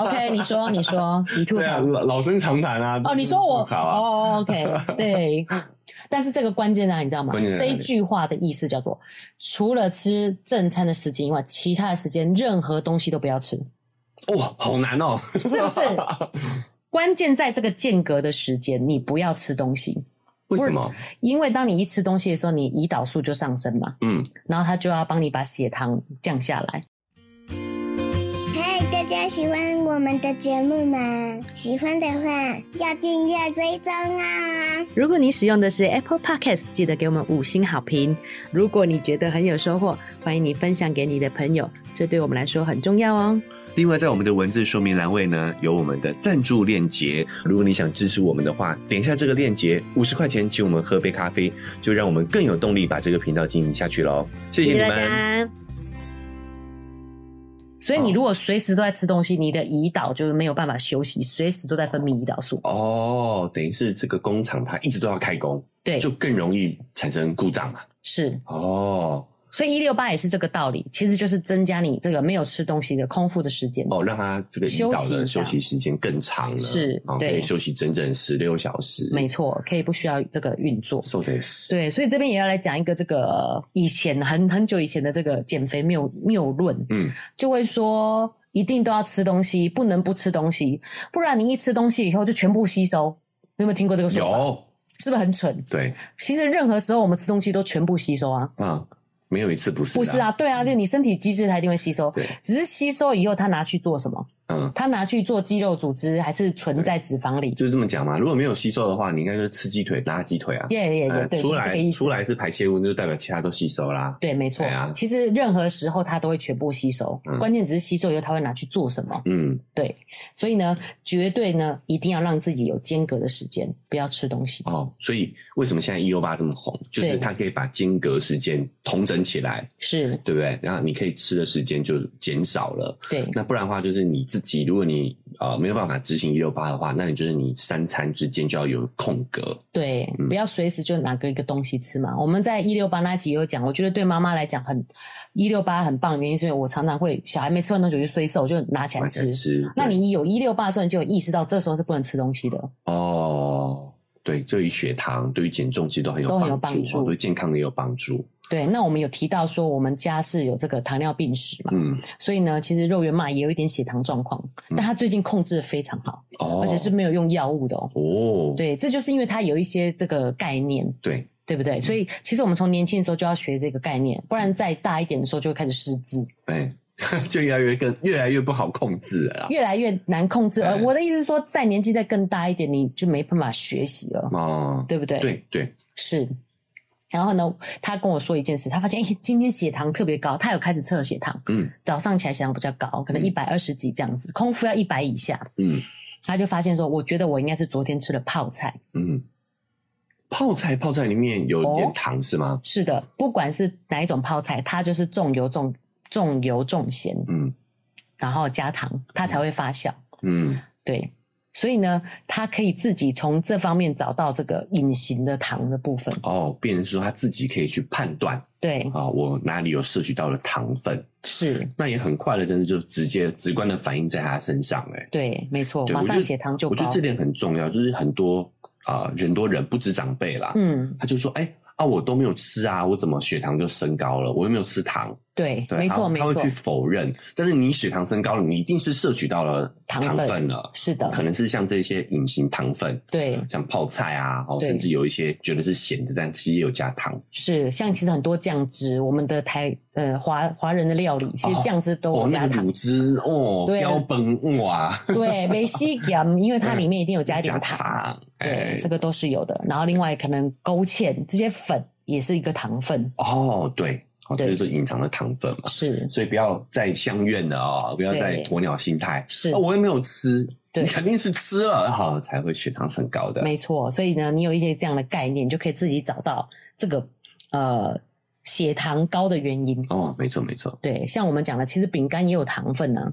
Speaker 1: OK，你说，你说，你 [LAUGHS] 吐
Speaker 2: 对啊，
Speaker 1: 槽。
Speaker 2: 老老生常谈啊。
Speaker 1: 哦，你说我、
Speaker 2: 吐槽啊。
Speaker 1: 哦，OK，对，
Speaker 2: [LAUGHS]
Speaker 1: 但是这个关键在哪？你知道吗？
Speaker 2: 关键在哪
Speaker 1: 这
Speaker 2: 里
Speaker 1: 一句话的意思叫做，除了吃正餐的时间以外，其他的时间任何东西都不要吃，
Speaker 2: 哇，好难哦，
Speaker 1: 是 [LAUGHS] 不是？关键在这个间隔的时间，你不要吃东西，
Speaker 2: [LAUGHS] 为什么？
Speaker 1: 因为当你一吃东西的时候，你胰岛素就上升嘛，
Speaker 2: 嗯，
Speaker 1: 然后它就要帮你把血糖降下来。
Speaker 3: 嗨，大家喜欢我们的节目吗？喜欢的话要订阅追踪啊！
Speaker 1: 如果你使用的是 Apple Podcast，记得给我们五星好评。如果你觉得很有收获，欢迎你分享给你的朋友，这对我们来说很重要哦。
Speaker 2: 另外，在我们的文字说明栏位呢，有我们的赞助链接。如果你想支持我们的话，点一下这个链接，五十块钱请我们喝杯咖啡，就让我们更有动力把这个频道经营下去喽。谢谢你们。
Speaker 1: 家。所以你如果随时都在吃东西，你的胰岛就是没有办法休息，随时都在分泌胰岛素。
Speaker 2: 哦，等于是这个工厂它一直都要开工，
Speaker 1: 对，
Speaker 2: 就更容易产生故障嘛。
Speaker 1: 是，
Speaker 2: 哦
Speaker 1: 所以一六八也是这个道理，其实就是增加你这个没有吃东西的空腹的时间。
Speaker 2: 哦，让它这个胰岛
Speaker 1: 休息
Speaker 2: 的
Speaker 1: 一下
Speaker 2: 休息时间更长了，
Speaker 1: 是
Speaker 2: 哦，可
Speaker 1: 对
Speaker 2: 以休息整整十六小时。
Speaker 1: 没错，可以不需要这个运作。
Speaker 2: ，so this。
Speaker 1: 对，所以这边也要来讲一个这个以前很很久以前的这个减肥谬谬论，
Speaker 2: 嗯，
Speaker 1: 就会说一定都要吃东西，不能不吃东西，不然你一吃东西以后就全部吸收。你有没有听过这个说法？
Speaker 2: 有
Speaker 1: 是不是很蠢？
Speaker 2: 对，
Speaker 1: 其实任何时候我们吃东西都全部吸收啊，
Speaker 2: 嗯，没有一次不是
Speaker 1: 不是啊，，对啊，就你身体机制它一定会吸收，
Speaker 2: 嗯对，
Speaker 1: 只是吸收以后它拿去做什么？
Speaker 2: 嗯，
Speaker 1: 它拿去做肌肉组织，还是存在脂肪里？
Speaker 2: 就是这么讲嘛。如果没有吸收的话，你应该就是吃鸡腿拉鸡腿啊，
Speaker 1: 耶耶耶，
Speaker 2: 呃
Speaker 1: 对，
Speaker 2: 出
Speaker 1: 就是这个
Speaker 2: 来
Speaker 1: 意思
Speaker 2: 出。来是排泄物，那就代表其他都吸收啦。
Speaker 1: 对，没错。
Speaker 2: 对啊
Speaker 1: 其实任何时候它都会全部吸收，
Speaker 2: 嗯
Speaker 1: 关键只是吸收以后它会拿去做什么。
Speaker 2: 嗯，
Speaker 1: 对，所以呢，绝对呢一定要让自己有间隔的时间，不要吃东西。
Speaker 2: 哦，所以为什么现在一六八这么红，就是
Speaker 1: 对
Speaker 2: 它可以把间隔时间统整起来，
Speaker 1: 是，
Speaker 2: 对不对？然后你可以吃的时间就减少了。
Speaker 1: 对，
Speaker 2: 那不然的话，就是你自己，如果你呃没有办法执行一六八的话，那你就是你三餐之间就要有空格。
Speaker 1: 对，
Speaker 2: 嗯
Speaker 1: 不要随时就拿个一个东西吃嘛。我们在一六八那集有讲，我觉得对妈妈来讲很一六八很棒，的原因是因为我常常会小孩没吃完东西我就睡瘦，我就拿起来
Speaker 2: 拿起来
Speaker 1: 吃。
Speaker 2: 吃
Speaker 1: 那
Speaker 2: 对
Speaker 1: 你有一六八的时候，你就有意识到这时候是不能吃东西的。
Speaker 2: 哦，对，对于血糖、对于减重其实都很有
Speaker 1: 都
Speaker 2: 帮
Speaker 1: 很有帮
Speaker 2: 助，
Speaker 1: 助
Speaker 2: 哦对健康也有帮助。
Speaker 1: 对，那我们有提到说我们家是有这个糖尿病史嘛，
Speaker 2: 嗯，
Speaker 1: 所以呢，其实肉圆妈也有一点血糖状况，但她最近控制的非常好，
Speaker 2: 哦，
Speaker 1: 而且是没有用药物的哦。
Speaker 2: 哦，
Speaker 1: 对，这就是因为她有一些这个概念，
Speaker 2: 对，
Speaker 1: 对不
Speaker 2: 嗯
Speaker 1: 对？所以其实我们从年轻的时候就要学这个概念，不然再大一点的时候就会开始失智。
Speaker 2: 哎， [LAUGHS] 就越来越更越来越不好控制了啦。
Speaker 1: 越来越难控制。
Speaker 2: 对
Speaker 1: 而我的意思是说，再年纪再更大一点，你就没办法学习了，
Speaker 2: 哦，
Speaker 1: 对不对？，
Speaker 2: 对对，
Speaker 1: 是。然后呢，他跟我说一件事，他发现哎、诶今天血糖特别高，他有开始测血糖，
Speaker 2: 嗯
Speaker 1: 早上起来血糖比较高，可能
Speaker 2: 嗯
Speaker 1: 一百二十几这样子，空腹要一百以下，
Speaker 2: 嗯
Speaker 1: 他就发现说，我觉得我应该是昨天吃了泡菜。
Speaker 2: 嗯。泡菜，泡菜里面有
Speaker 1: 哦
Speaker 2: 点糖、是吗？
Speaker 1: 是的，不管是哪一种泡菜，它就是重油重重油重咸，
Speaker 2: 嗯
Speaker 1: 然后加糖，它才会发酵。
Speaker 2: 嗯，
Speaker 1: 对，所以呢，他可以自己从这方面找到这个隐形的糖的部分。
Speaker 2: 哦，变成说他自己可以去判断
Speaker 1: 对，
Speaker 2: 啊、我哪里有摄取到了糖分，
Speaker 1: 是，
Speaker 2: 那也很快的，真的就直接直观的反映在他身上、哎，
Speaker 1: 对，没错，
Speaker 2: 对
Speaker 1: 哦马
Speaker 2: 我觉
Speaker 1: 上
Speaker 2: 得
Speaker 1: 血糖就
Speaker 2: 我觉
Speaker 1: 高
Speaker 2: 得。这点很重要，就是很多啊、呃很多人不止长辈啦，
Speaker 1: 嗯，
Speaker 2: 他就说，哎、啊，我都没有吃啊，我怎么血糖就升高了？我又没有吃糖，
Speaker 1: 对，
Speaker 2: 对，
Speaker 1: 没
Speaker 2: 他
Speaker 1: 错
Speaker 2: 会
Speaker 1: 没
Speaker 2: 他会
Speaker 1: 错
Speaker 2: 去，否认。但是你血糖升高了，你一定是摄取到了
Speaker 1: 糖
Speaker 2: 糖
Speaker 1: 分
Speaker 2: 分了，
Speaker 1: 是的
Speaker 2: 可能是像这些隐形糖分，
Speaker 1: 对，
Speaker 2: 像泡菜啊，哦，
Speaker 1: 对
Speaker 2: 甚至有一些觉得是咸的，但其实也有加糖。
Speaker 1: 是像其实很多酱汁，我们的台呃华华人的料理，其实
Speaker 2: 哦
Speaker 1: 酱汁都
Speaker 2: 哦
Speaker 1: 有，
Speaker 2: 那
Speaker 1: 加
Speaker 2: 个
Speaker 1: 糖。
Speaker 2: 乳汁哦，
Speaker 1: 对啊
Speaker 2: 标本哇，
Speaker 1: 对，
Speaker 2: [LAUGHS]
Speaker 1: 没西盐，因为它里面一定有 [LAUGHS] 加一点糖，
Speaker 2: 嗯糖，
Speaker 1: 对，
Speaker 2: 哎
Speaker 1: 这个都是有的。然后另外可能勾芡这些粉也是一个糖分，
Speaker 2: 哦，对，哦，这
Speaker 1: 对
Speaker 2: 就是隐藏的糖分嘛。
Speaker 1: 是
Speaker 2: 所以不要再相怨了哦，不要再
Speaker 1: 对
Speaker 2: 鸵鸟心态。
Speaker 1: 是
Speaker 2: 啊，我又没有吃，
Speaker 1: 对
Speaker 2: 你肯定是吃了哈、哦才会血糖升高的。
Speaker 1: 没错。所以呢，你有一些这样的概念，你就可以自己找到这个呃血糖高的原因。
Speaker 2: 哦，没错没错，
Speaker 1: 对，像我们讲的，其实饼干也有糖分啊。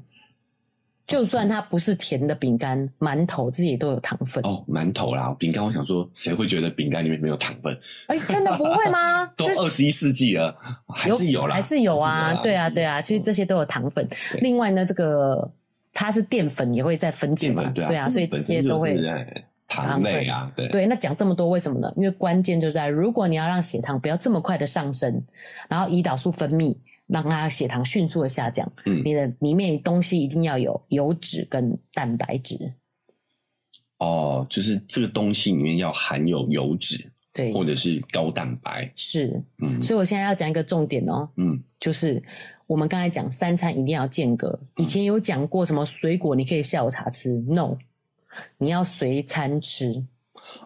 Speaker 1: 就算它不是甜的饼干，馒头这些也都有糖分。
Speaker 2: 哦，馒头啦，饼干，我想说，谁会觉得饼干里面没有糖分？
Speaker 1: 哎、真的不会吗？
Speaker 2: [LAUGHS]
Speaker 1: [LAUGHS]
Speaker 2: 都
Speaker 1: 就是
Speaker 2: 二十一世纪了，还是有啦，
Speaker 1: 还是有啊，对啊，对
Speaker 2: 啊，
Speaker 1: 啊，其实这些都有糖分。
Speaker 2: 对
Speaker 1: 另外呢，这个它是淀粉也会再分解
Speaker 2: 淀
Speaker 1: 嘛，
Speaker 2: 粉对啊，
Speaker 1: 对啊，所以这
Speaker 2: 本
Speaker 1: 些
Speaker 2: 身就
Speaker 1: 都
Speaker 2: 是
Speaker 1: 会。
Speaker 2: 哎糖类啊，对
Speaker 1: 对，那讲这么多为什么呢？因为关键就在如果你要让血糖不要这么快的上升，然后胰岛素分泌让它血糖迅速的下降，
Speaker 2: 嗯
Speaker 1: 你的里面东西一定要有油脂跟蛋白质，
Speaker 2: 哦，就是这个东西里面要含有油脂
Speaker 1: 对，
Speaker 2: 或者是高蛋白，
Speaker 1: 是。
Speaker 2: 嗯
Speaker 1: 所以我现在要讲一个重点哦，
Speaker 2: 嗯，
Speaker 1: 就是我们刚才讲三餐一定要间隔，以前有讲过什么水果你可以下午茶吃，no，你要随餐吃，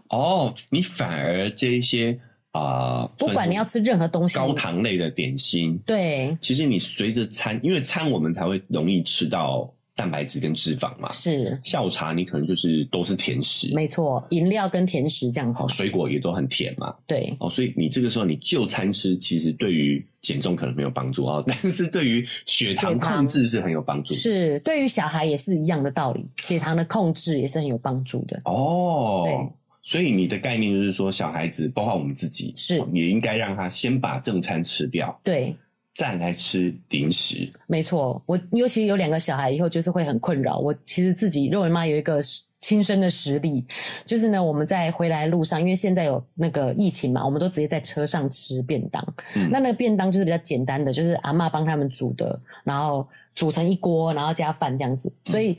Speaker 2: 哦，你反而这一些啊，
Speaker 1: 不
Speaker 2: 算
Speaker 1: 管
Speaker 2: 是
Speaker 1: 你要吃任何东西，
Speaker 2: 高糖类的点心，
Speaker 1: 对，
Speaker 2: 其实你随着餐，因为餐我们才会容易吃到蛋白质跟脂肪嘛。
Speaker 1: 是
Speaker 2: 下午茶你可能就是都是甜食，
Speaker 1: 没错，饮料跟甜食这样子
Speaker 2: 好，，水果也都很甜嘛。
Speaker 1: 对，
Speaker 2: 哦，所以你这个时候你就餐吃，其实对于减重可能没有帮助啊、哦， [LAUGHS] 但是对于血糖
Speaker 1: 血糖
Speaker 2: 控制是很有帮助。
Speaker 1: 是对于小孩也是一样的道理，血糖的控制也是很有帮助的，
Speaker 2: 哦
Speaker 1: 对，
Speaker 2: 所以你的概念就是说，小孩子包括我们自己，
Speaker 1: 是
Speaker 2: 哦也应该让他先把正餐吃掉，
Speaker 1: 对。
Speaker 2: 再来吃零食。
Speaker 1: 没错，我尤其有两个小孩以后，就是会很困扰。我其实自己肉圆妈有一个实亲身的实例，就是呢，我们在回来路上，因为现在有那个疫情嘛，我们都直接在车上吃便当。
Speaker 2: 嗯
Speaker 1: 那那个便当就是比较简单的，就是阿嬷帮他们煮的，然后煮成一锅，然后加饭这样子。所以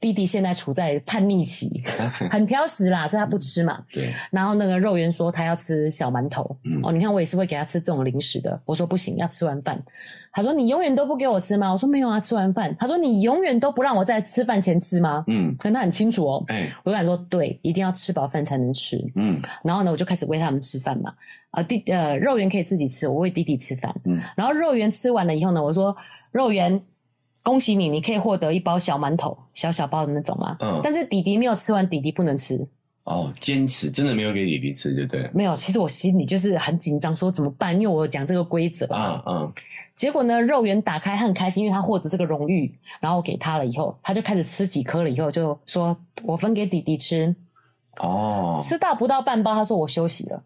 Speaker 1: 弟弟现在处在叛逆期，很挑食啦，所以他不吃嘛。
Speaker 2: 对，
Speaker 1: 然后那个肉圆说他要吃小馒头，
Speaker 2: 嗯
Speaker 1: 哦，你看我也是会给他吃这种零食的。我说不行，要吃完饭。他说你永远都不给我吃吗？我说没有啊，吃完饭。他说你永远都不让我在吃饭前吃吗？
Speaker 2: 嗯，
Speaker 1: 可能他很清楚哦。
Speaker 2: 哎、
Speaker 1: 我就敢说对，一定要吃饱饭才能吃。
Speaker 2: 嗯，
Speaker 1: 然后呢，我就开始喂他们吃饭嘛。啊、弟呃，肉圆可以自己吃，我喂弟弟吃饭。
Speaker 2: 嗯
Speaker 1: 然后肉圆吃完了以后呢，我说肉圆。恭喜你，你可以获得一包小馒头，小小包的那种嘛。
Speaker 2: 嗯
Speaker 1: 但是弟弟没有吃完，弟弟不能吃。
Speaker 2: 哦，坚持真的没有给弟弟吃就对了。
Speaker 1: 没有，其实我心里就是很紧张，说怎么办？因为我有讲这个规则。
Speaker 2: 啊啊，
Speaker 1: 结果呢，肉圆打开他很开心，因为他获得这个荣誉，然后我给他了以后，他就开始吃几颗了，以后就说我分给弟弟吃，
Speaker 2: 哦，
Speaker 1: 吃到不到半包，他说我休息了。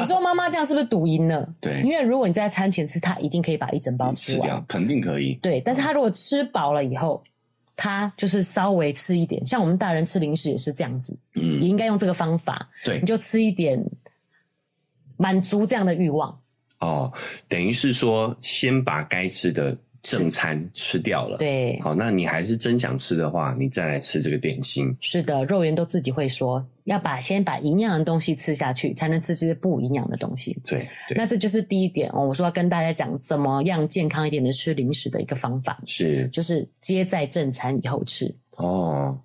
Speaker 1: 你说妈妈这样是不是赌赢了？
Speaker 2: 对嗯
Speaker 1: 因，为如果你在餐前吃，他一定可以把一整包吃啊
Speaker 2: 吃
Speaker 1: 完
Speaker 2: 掉。肯定可以。
Speaker 1: 对，但是他如果吃饱了以后，他就是稍微吃一点，像我们大人吃零食也是这样子，也
Speaker 2: 嗯，
Speaker 1: 应该用这个方法，
Speaker 2: 对
Speaker 1: 你，就吃一点，满足这样的欲望。
Speaker 2: 哦，等于是说先把该吃的正餐吃掉了。，
Speaker 1: 对，
Speaker 2: 好，那你还是真想吃的话，你再来吃这个点心。
Speaker 1: 是的，肉圆都自己会说，要把先把营养的东西吃下去，才能吃这些不营养的东西。
Speaker 2: 对，对，
Speaker 1: 那这就是第一点哦，我说要跟大家讲怎么样健康一点的吃零食的一个方法，
Speaker 2: 是
Speaker 1: 就是接在正餐以后吃。
Speaker 2: 哦。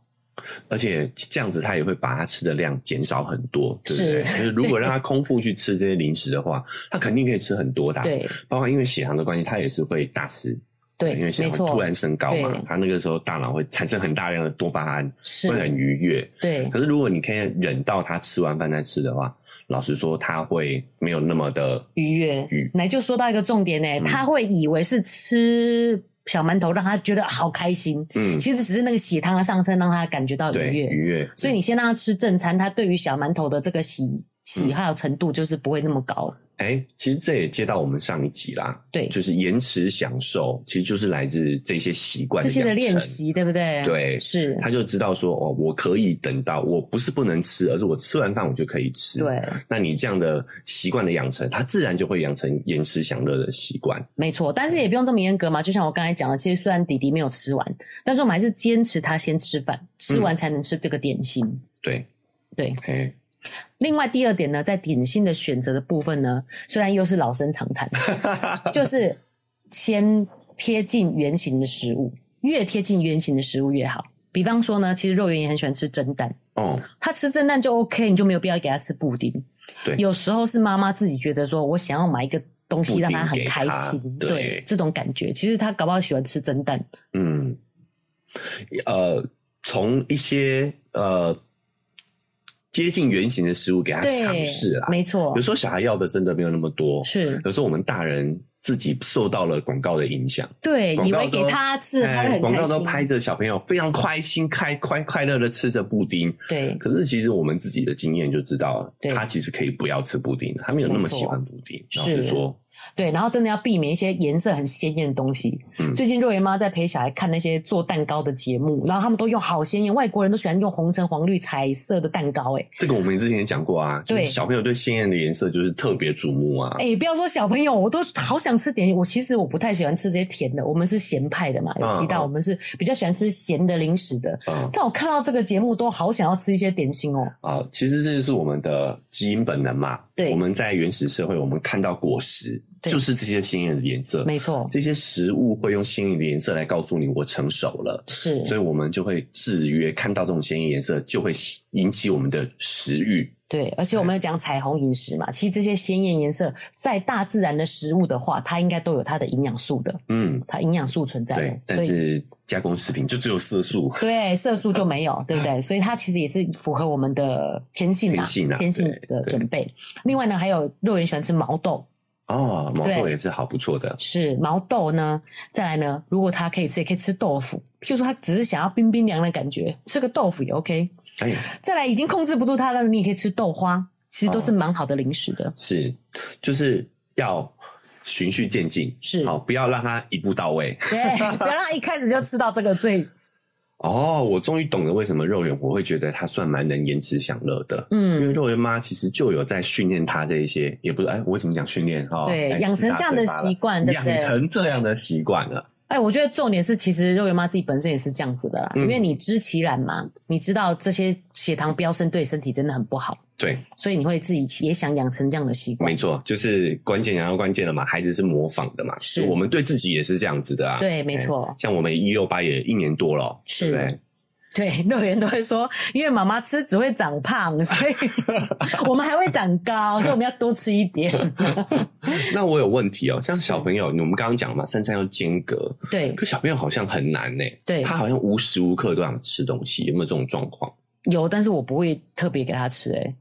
Speaker 2: 而且这样子，他也会把他吃的量减少很多，对不对？
Speaker 1: 是
Speaker 2: 就是如果让他空腹去吃这些零食的话，他肯定可以吃很多的、，啊
Speaker 1: 对
Speaker 2: 包括因为血糖的关系，他也是会大吃
Speaker 1: 对，
Speaker 2: 因为血
Speaker 1: 没
Speaker 2: 糖会突
Speaker 1: 错，
Speaker 2: 然升高嘛
Speaker 1: 对，
Speaker 2: 它那个时候大脑会产生很大量的多巴胺，
Speaker 1: 是
Speaker 2: 会很愉悦。
Speaker 1: 对
Speaker 2: 可是如果你可以忍到他吃完饭再吃的话，老实说，他会没有那么的
Speaker 1: 愉悦
Speaker 2: 愉。
Speaker 1: 来就说到一个重点呢、
Speaker 2: 嗯
Speaker 1: 他会以为是吃小馒头让他觉得好开心，
Speaker 2: 嗯，
Speaker 1: 其实只是那个血糖的上升让他感觉到
Speaker 2: 对
Speaker 1: 愉悦。
Speaker 2: 愉悦。
Speaker 1: 所以你先让他吃正餐，他对于小馒头的这个喜喜好程度就是不会那么高。
Speaker 2: 哎，其实这也接到我们上一集啦，
Speaker 1: 对，
Speaker 2: 就是延迟享受，其实就是来自这些习惯
Speaker 1: 这些的
Speaker 2: 养成
Speaker 1: 练。习，对不对？
Speaker 2: 对
Speaker 1: 是，
Speaker 2: 他就知道说哦，我可以等到，我不是不能吃，而是我吃完饭我就可以吃。，
Speaker 1: 对，
Speaker 2: 那你这样的习惯的养成，他自然就会养成延迟享乐的习惯。
Speaker 1: 没错。但是也不用这么严格嘛，就像我刚才讲的，其实虽然弟弟没有吃完，但是我们还是坚持他先吃饭，吃完才能吃这个点心。
Speaker 2: 嗯对，
Speaker 1: 对，
Speaker 2: 嘿，
Speaker 1: 另外第二点呢，在点心的选择的部分呢，虽然又是老生常
Speaker 2: [LAUGHS]
Speaker 1: 谈，就是先贴近原型的食物，越贴近原型的食物越好。比方说呢，其实肉圆也很喜欢吃蒸蛋，
Speaker 2: 哦，
Speaker 1: 他吃蒸蛋就 OK，你就没有必要给他吃布丁。
Speaker 2: 对
Speaker 1: 有时候是妈妈自己觉得说我想要买一个东西
Speaker 2: 布丁
Speaker 1: 让他很开
Speaker 2: 给
Speaker 1: 心，
Speaker 2: 他对
Speaker 1: 这种感觉，其实他搞不好喜欢吃蒸蛋。
Speaker 2: 嗯，呃，从一些呃接近原型的食物给他尝试啦。
Speaker 1: 没错
Speaker 2: 有，时候小孩要的真的没有那么多，
Speaker 1: 是
Speaker 2: 有时候我们大人自己受到了广告的影响，
Speaker 1: 对，
Speaker 2: 广
Speaker 1: 以
Speaker 2: 告
Speaker 1: 为给
Speaker 2: 都
Speaker 1: 他吃了，他会
Speaker 2: 哎
Speaker 1: 很
Speaker 2: 广
Speaker 1: 开
Speaker 2: 告都
Speaker 1: 心。
Speaker 2: 拍着小朋友非常开心、开快快乐的吃着布丁。
Speaker 1: 对，
Speaker 2: 可是其实我们自己的经验就知道，
Speaker 1: 对
Speaker 2: 他其实可以不要吃布丁，他没有那么喜欢布丁。
Speaker 1: 错
Speaker 2: 然后就说，
Speaker 1: 对，然后真的要避免一些颜色很鲜艳的东西。
Speaker 2: 嗯
Speaker 1: 最近若圆妈在陪小孩看那些做蛋糕的节目，然后他们都用好鲜艳，外国人都喜欢用红橙黄绿彩色的蛋糕、欸。
Speaker 2: 这个我们之前也讲过啊，就是
Speaker 1: 对
Speaker 2: 小朋友对鲜艳的颜色就是特别瞩目啊。
Speaker 1: 哎、不要说小朋友，我都好想吃点。我其实我不太喜欢吃这些甜的，我们是咸派的嘛，有提
Speaker 2: 嗯
Speaker 1: 到
Speaker 2: 嗯
Speaker 1: 我们是比较喜欢吃咸的零食的。
Speaker 2: 嗯
Speaker 1: 但我看到这个节目，都好想要吃一些点心哦。
Speaker 2: 啊、其实这就是我们的基因本能嘛。
Speaker 1: 对
Speaker 2: 我们在原始社会，我们看到果实
Speaker 1: 对
Speaker 2: 就是这些鲜艳的颜色，
Speaker 1: 没错，
Speaker 2: 这些食物会用鲜艳的颜色来告诉你我成熟了，
Speaker 1: 是，
Speaker 2: 所以我们就会制约看到这种鲜艳颜色，就会引起我们的食欲。
Speaker 1: 对。而且我们有讲彩虹饮食嘛，其实这些鲜艳颜色在大自然的食物的话，它应该都有它的营养素的，
Speaker 2: 嗯，
Speaker 1: 它营养素存在
Speaker 2: 对
Speaker 1: 的。。
Speaker 2: 但
Speaker 1: 所以
Speaker 2: 是加工食品就只有色素，
Speaker 1: 对色素就没有，对不对？所以它其实也是符合我们的天性
Speaker 2: 天性啊
Speaker 1: 天性
Speaker 2: 对
Speaker 1: 的
Speaker 2: 对
Speaker 1: 准备。另外呢，还有肉圆喜欢吃毛豆，
Speaker 2: 哦，毛豆
Speaker 1: 对
Speaker 2: 也是好不错的。
Speaker 1: 是毛豆呢，再来呢，如果他可以吃，也可以吃豆腐。譬如说，他只是想要冰冰凉的感觉，吃个豆腐也 OK。
Speaker 2: 哎，
Speaker 1: 再来，已经控制不住他了，你也可以吃豆花，其实都是蛮好的零食的。
Speaker 2: 是，就是要循序渐进，
Speaker 1: 是
Speaker 2: 好，不要让它一步到位。
Speaker 1: 对，不要让他一开始就吃到这个最，
Speaker 2: 哦，我终于懂了为什么肉圆我会觉得他算蛮能延迟享乐的，因 [LAUGHS]
Speaker 1: 嗯，
Speaker 2: 为肉圆妈其实就有在训练他这一些，也不是哎，我怎么讲训练哦？
Speaker 1: 对
Speaker 2: 哎
Speaker 1: 养成这样的习惯对不对
Speaker 2: 养成这样的习惯了，
Speaker 1: 哎，我觉得重点是，其实肉圆妈自己本身也是这样子的啦，
Speaker 2: 嗯
Speaker 1: 因为你知其然嘛，你知道这些血糖飙升对身体真的很不好，
Speaker 2: 对，
Speaker 1: 所以你会自己也想养成这样的习惯
Speaker 2: 没。错，就是关键然后关键了嘛，孩子是模仿的嘛，
Speaker 1: 是
Speaker 2: 我们对自己也是这样子的啊，
Speaker 1: 对，没
Speaker 2: 哎
Speaker 1: 错。
Speaker 2: 像我们一六八也一年多了哦，
Speaker 1: 是
Speaker 2: 对不 [LAUGHS] 对
Speaker 1: 对， [LAUGHS] 幼儿园都会说，因为妈妈吃只会长胖，所
Speaker 2: [LAUGHS]
Speaker 1: 以我们还会长高，所以我们要多吃一
Speaker 2: [LAUGHS]
Speaker 1: 点。
Speaker 2: 那我有问题哦，像小朋友，我们刚刚讲嘛，三餐要间隔，
Speaker 1: 对
Speaker 2: 可，小朋友好像很难呢、
Speaker 1: 对
Speaker 2: 他好像无时无刻都想吃东西，有没有这种状况？
Speaker 1: 有，但是我不会特别给他吃、欸。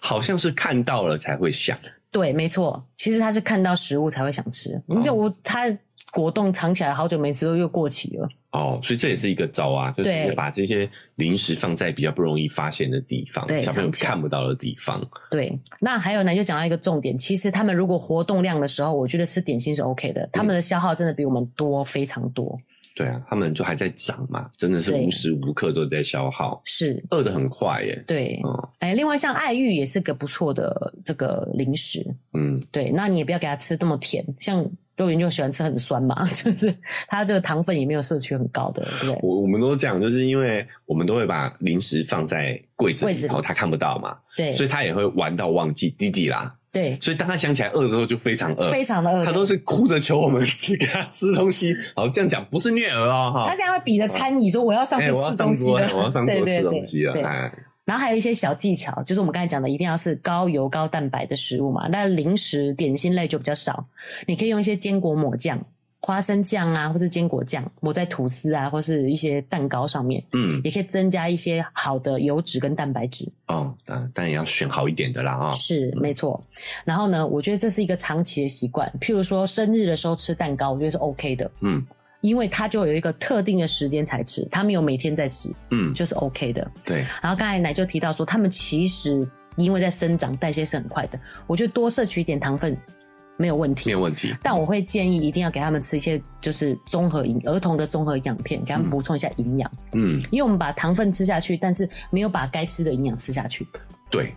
Speaker 2: 好像是看到了才会想，
Speaker 1: 对，没错，其实他是看到食物才会想吃。
Speaker 2: 哦
Speaker 1: 就我他果冻藏起来好久没吃，又又过期了。
Speaker 2: 哦，所以这也是一个招啊，就是
Speaker 1: 对
Speaker 2: 也把这些零食放在比较不容易发现的地方，
Speaker 1: 对
Speaker 2: 小朋友
Speaker 1: 藏起来
Speaker 2: 看不到的地方。
Speaker 1: 对，那还有呢，就讲到一个重点，其实他们如果活动量的时候，我觉得吃点心是 OK 的，他们的消耗真的比我们多非常多。
Speaker 2: 对啊，他们就还在长嘛，真的是
Speaker 1: 对
Speaker 2: 无时无刻都在消耗，
Speaker 1: 是，
Speaker 2: 饿得很快耶。
Speaker 1: 对，
Speaker 2: 哦，
Speaker 1: 哎，另外像爱玉也是个不错的这个零食。
Speaker 2: 嗯，
Speaker 1: 对，那你也不要给它吃那么甜，像肉圆就喜欢吃很酸嘛， [LAUGHS] 就是它这个糖分也没有摄取很高的，对不对？
Speaker 2: 我我们都讲，就是因为我们都会把零食放在柜子
Speaker 1: 柜
Speaker 2: 里
Speaker 1: 子里
Speaker 2: 头，他看不到嘛，所
Speaker 1: 对
Speaker 2: 以他也会玩到忘记弟弟啦。
Speaker 1: 对，
Speaker 2: 所以当他想起来饿的时候，就非常饿，
Speaker 1: 非常的饿。
Speaker 2: 呃他都是哭着求我们吃给他吃东西。好，这样讲不是虐儿哦，哈。
Speaker 1: 他现在会比着餐椅说我要上去
Speaker 2: 哎，我要
Speaker 1: 吃
Speaker 2: 上
Speaker 1: 东西
Speaker 2: 桌，
Speaker 1: 了，
Speaker 2: 哎我要上
Speaker 1: 对
Speaker 2: 桌
Speaker 1: 对
Speaker 2: 吃
Speaker 1: 对
Speaker 2: 东西了。
Speaker 1: 对
Speaker 2: 哎，
Speaker 1: [LAUGHS] 然后还有一些小技巧，就是我们刚才讲的，一定要是高油高蛋白的食物嘛。那零食点心类就比较少，你可以用一些坚果抹酱、花生酱啊，或是坚果酱抹在吐司啊，或是一些蛋糕上面，
Speaker 2: 嗯，
Speaker 1: 也可以增加一些好的油脂跟蛋白质。
Speaker 2: 哦，啊，当然也要选好一点的啦啊。
Speaker 1: 是没错。然后呢，我觉得这是一个长期的习惯。譬如说生日的时候吃蛋糕，我觉得是 OK 的，
Speaker 2: 嗯
Speaker 1: 因为它就有一个特定的时间才吃，他们有每天在吃，
Speaker 2: 嗯，
Speaker 1: 就是 OK 的。
Speaker 2: 对，
Speaker 1: 然后刚才奶就提到说，他们其实因为在生长代谢是很快的，我觉得多摄取一点糖分没有问题，
Speaker 2: 没有问题。
Speaker 1: 但我会建议一定要给他们吃一些就是综合营儿童的综合营养片，给他们补充一下营养，
Speaker 2: 嗯，
Speaker 1: 因为我们把糖分吃下去，但是没有把该吃的营养吃下去。
Speaker 2: 对，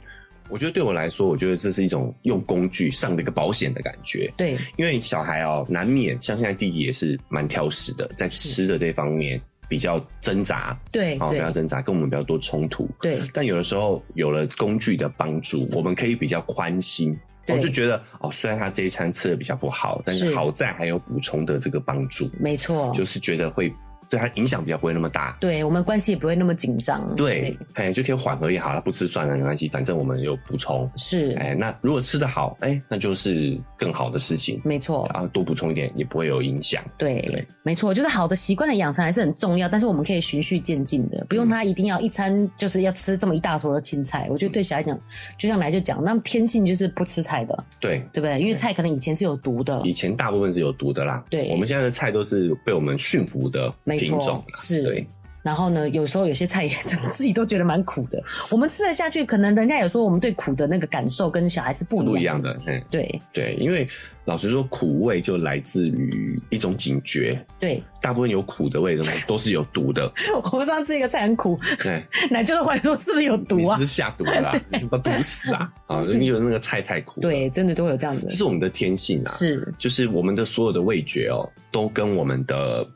Speaker 2: 我觉得对我来说，我觉得这是一种用工具上的一个保险的感觉。
Speaker 1: 对，
Speaker 2: 因为小孩哦，难免像现在弟弟也是蛮挑食的，在吃的这方面比较挣扎，
Speaker 1: 对，
Speaker 2: 哦，比较
Speaker 1: 对，
Speaker 2: 挣扎，跟我们比较多冲突。
Speaker 1: 对，
Speaker 2: 但有的时候有了工具的帮助，我们可以比较宽心。我
Speaker 1: 对
Speaker 2: 就觉得哦，虽然他这一餐吃的比较不好，但是
Speaker 1: 是
Speaker 2: 好在还有补充的这个帮助，
Speaker 1: 没错，
Speaker 2: 就是觉得会对他影响比较不会那么大。
Speaker 1: 对我们关系也不会那么紧张。
Speaker 2: 对，，哎，就可以缓和也好，他不吃算了，没关系，反正我们有补充。
Speaker 1: 是
Speaker 2: 哎，那如果吃的好，哎，那就是更好的事情，
Speaker 1: 没错，
Speaker 2: 然后多补充一点也不会有影响。
Speaker 1: 对
Speaker 2: 对，
Speaker 1: 没错，就是好的习惯的养成还是很重要，但是我们可以循序渐进
Speaker 2: 嗯
Speaker 1: 的，不用他一定要一餐就是要吃这么一大坨的青菜。
Speaker 2: 嗯
Speaker 1: 我觉得对小孩讲，就像来就讲，那么天性就是不吃菜的，
Speaker 2: 对，
Speaker 1: 对不对？因为菜可能以前是有毒的，
Speaker 2: 以前大部分是有毒的啦，
Speaker 1: 对
Speaker 2: 我们现在的菜都是被我们驯服的
Speaker 1: 没
Speaker 2: 品种
Speaker 1: 错，
Speaker 2: 啦，
Speaker 1: 是。
Speaker 2: 对。
Speaker 1: 然后呢，有时候有些菜也 [LAUGHS] 真的自己都觉得蛮苦的，我们吃得下去，可能人家有说我们对苦的那个感受跟小孩是不
Speaker 2: 是不一
Speaker 1: 一样
Speaker 2: 样
Speaker 1: 的。
Speaker 2: 的，嗯，
Speaker 1: 对
Speaker 2: 对，因为老实说，苦味就来自于一种警觉，
Speaker 1: 对， [LAUGHS]
Speaker 2: 大部分有苦的味的东西都是有毒的，
Speaker 1: 我上次一个菜很苦， [LAUGHS]
Speaker 2: 对，
Speaker 1: 奶就都怀疑说是不是有
Speaker 2: 你
Speaker 1: 毒
Speaker 2: 是
Speaker 1: 啊
Speaker 2: 不是？下毒了、啊？你把毒
Speaker 1: [LAUGHS]
Speaker 2: 死啊！啊，因为那个菜太苦，，
Speaker 1: 对，真的都会有这样的
Speaker 2: 这，是我们的天性啊，
Speaker 1: 是
Speaker 2: 就是我们的所有的味觉哦，都跟我们的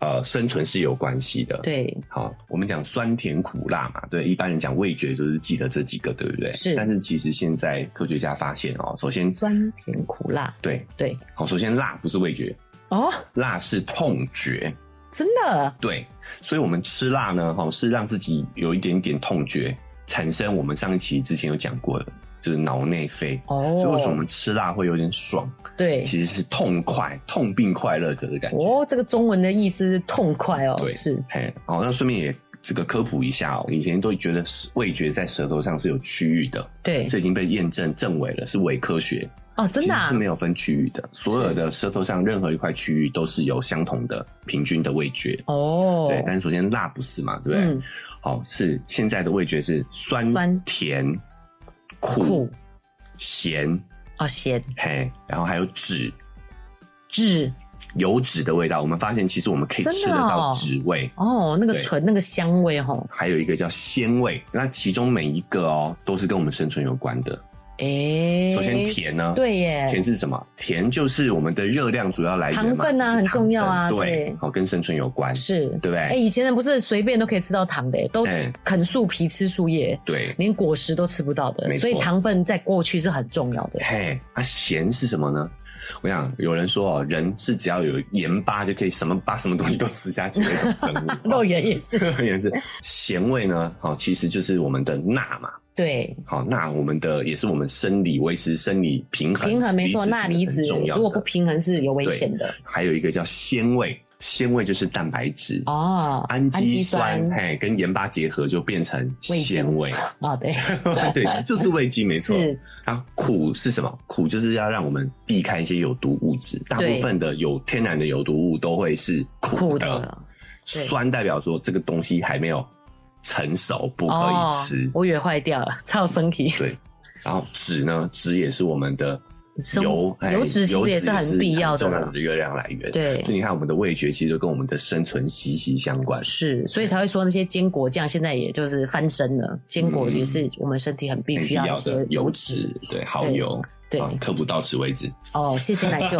Speaker 2: 呃生存是有关系的，。
Speaker 1: 对，
Speaker 2: 好，我们讲酸甜苦辣嘛，对，一般人讲味觉就是记得这几个，对不对？
Speaker 1: 是
Speaker 2: 但是其实现在科学家发现哦，首先
Speaker 1: 酸甜苦辣，
Speaker 2: 对，
Speaker 1: 对，
Speaker 2: 好，首先辣不是味觉，
Speaker 1: 哦，
Speaker 2: 辣是痛觉，
Speaker 1: 真的，
Speaker 2: 对，所以我们吃辣呢，哈，是让自己有一点点痛觉，产生我们上一期之前有讲过的，就是脑内啡。
Speaker 1: 哦，
Speaker 2: 所以为什么我们吃辣会有点爽？
Speaker 1: 对，
Speaker 2: 其实是痛快、痛并快乐着的感觉。
Speaker 1: 哦，这个中文的意思是痛快哦，
Speaker 2: 对
Speaker 1: 是，
Speaker 2: 嘿，好，那顺便也这个科普一下哦，以前都觉得是味觉在舌头上是有区域的，
Speaker 1: 对，
Speaker 2: 这已经被验证证伪了，是伪科学，
Speaker 1: 哦，真的、
Speaker 2: 其
Speaker 1: 啊
Speaker 2: 实是，没有分区域的，所有的舌头上任何一块区域都是有相同的平均的味觉。
Speaker 1: 哦，
Speaker 2: 对，但是首先辣不是嘛，对不对？
Speaker 1: 嗯，
Speaker 2: 好、哦是现在的味觉是酸、
Speaker 1: 酸
Speaker 2: 甜、
Speaker 1: 苦
Speaker 2: 苦、咸，
Speaker 1: 哦，咸
Speaker 2: 嘿，然后还有脂，
Speaker 1: 质，
Speaker 2: 有脂的味道。我们发现其实我们可以
Speaker 1: 真的
Speaker 2: 吃得到
Speaker 1: 哦
Speaker 2: 脂味，
Speaker 1: 哦，那个
Speaker 2: 对
Speaker 1: 醇，那个香味哦，
Speaker 2: 还有一个叫鲜味。那其中每一个哦，都是跟我们生存有关的。
Speaker 1: 诶，
Speaker 2: 首先，甜呢，
Speaker 1: 对耶，
Speaker 2: 甜是什么？甜就是我们的热量主要来源嘛
Speaker 1: 糖分啊
Speaker 2: 就是
Speaker 1: 很重要啊
Speaker 2: 糖分对
Speaker 1: 对，
Speaker 2: 好、跟生存有关，
Speaker 1: 是，
Speaker 2: 对不对？
Speaker 1: 哎、以前人不是随便都可以吃到糖的，都
Speaker 2: 哎
Speaker 1: 啃树皮吃树叶，
Speaker 2: 对，
Speaker 1: 连果实都吃不到的
Speaker 2: 没，错
Speaker 1: 所以糖分在过去是很重要的。。
Speaker 2: 嘿，啊，咸是什么呢？我想有人说哦，人是只要有盐巴就可以什么把什么东西都吃下去的一种生
Speaker 1: [LAUGHS]
Speaker 2: 物哦
Speaker 1: 肉圆也是，
Speaker 2: 肉圆是咸味呢，好、其实就是我们的钠嘛，
Speaker 1: 对，
Speaker 2: 好、钠我们的也是我们生理维持生理平衡，
Speaker 1: 平衡没错，钠离
Speaker 2: 离
Speaker 1: 子
Speaker 2: 很重要
Speaker 1: 如
Speaker 2: 的。
Speaker 1: 果不平衡是有危险的
Speaker 2: 还有一个叫鲜味，鲜味就是蛋白质。
Speaker 1: 哦。
Speaker 2: 氨基酸，
Speaker 1: 氨基
Speaker 2: 嘿，跟盐巴结合就变成
Speaker 1: 味精
Speaker 2: 鲜味， [LAUGHS]
Speaker 1: 哦，对，
Speaker 2: 对，就是味精，没错。
Speaker 1: 是，
Speaker 2: 啊，苦是什么？苦就是要让我们避开一些有毒物质。大部分的有天然的有毒物都会是苦的，
Speaker 1: 苦的哦对
Speaker 2: 酸代表说这个东西还没有成熟，不可
Speaker 1: 哦
Speaker 2: 以吃。
Speaker 1: 我以为坏掉了，超身体。
Speaker 2: 对，然后脂呢，脂也是我们的
Speaker 1: 生
Speaker 2: 油，哎
Speaker 1: 油脂其实也是很必要的
Speaker 2: 油脂也是很重要的热量来源。
Speaker 1: 对
Speaker 2: 所以你看我们的味觉其实就跟我们的生存息息相关。
Speaker 1: 是，所以才会说那些坚果酱现在也就是翻身了。坚果
Speaker 2: 嗯
Speaker 1: 也是我们身体很必
Speaker 2: 很必
Speaker 1: 须要
Speaker 2: 要
Speaker 1: 一
Speaker 2: 的
Speaker 1: 些
Speaker 2: 油脂，对，好油，
Speaker 1: 对
Speaker 2: 啊克服到此为止。
Speaker 1: 哦，谢谢奶舅。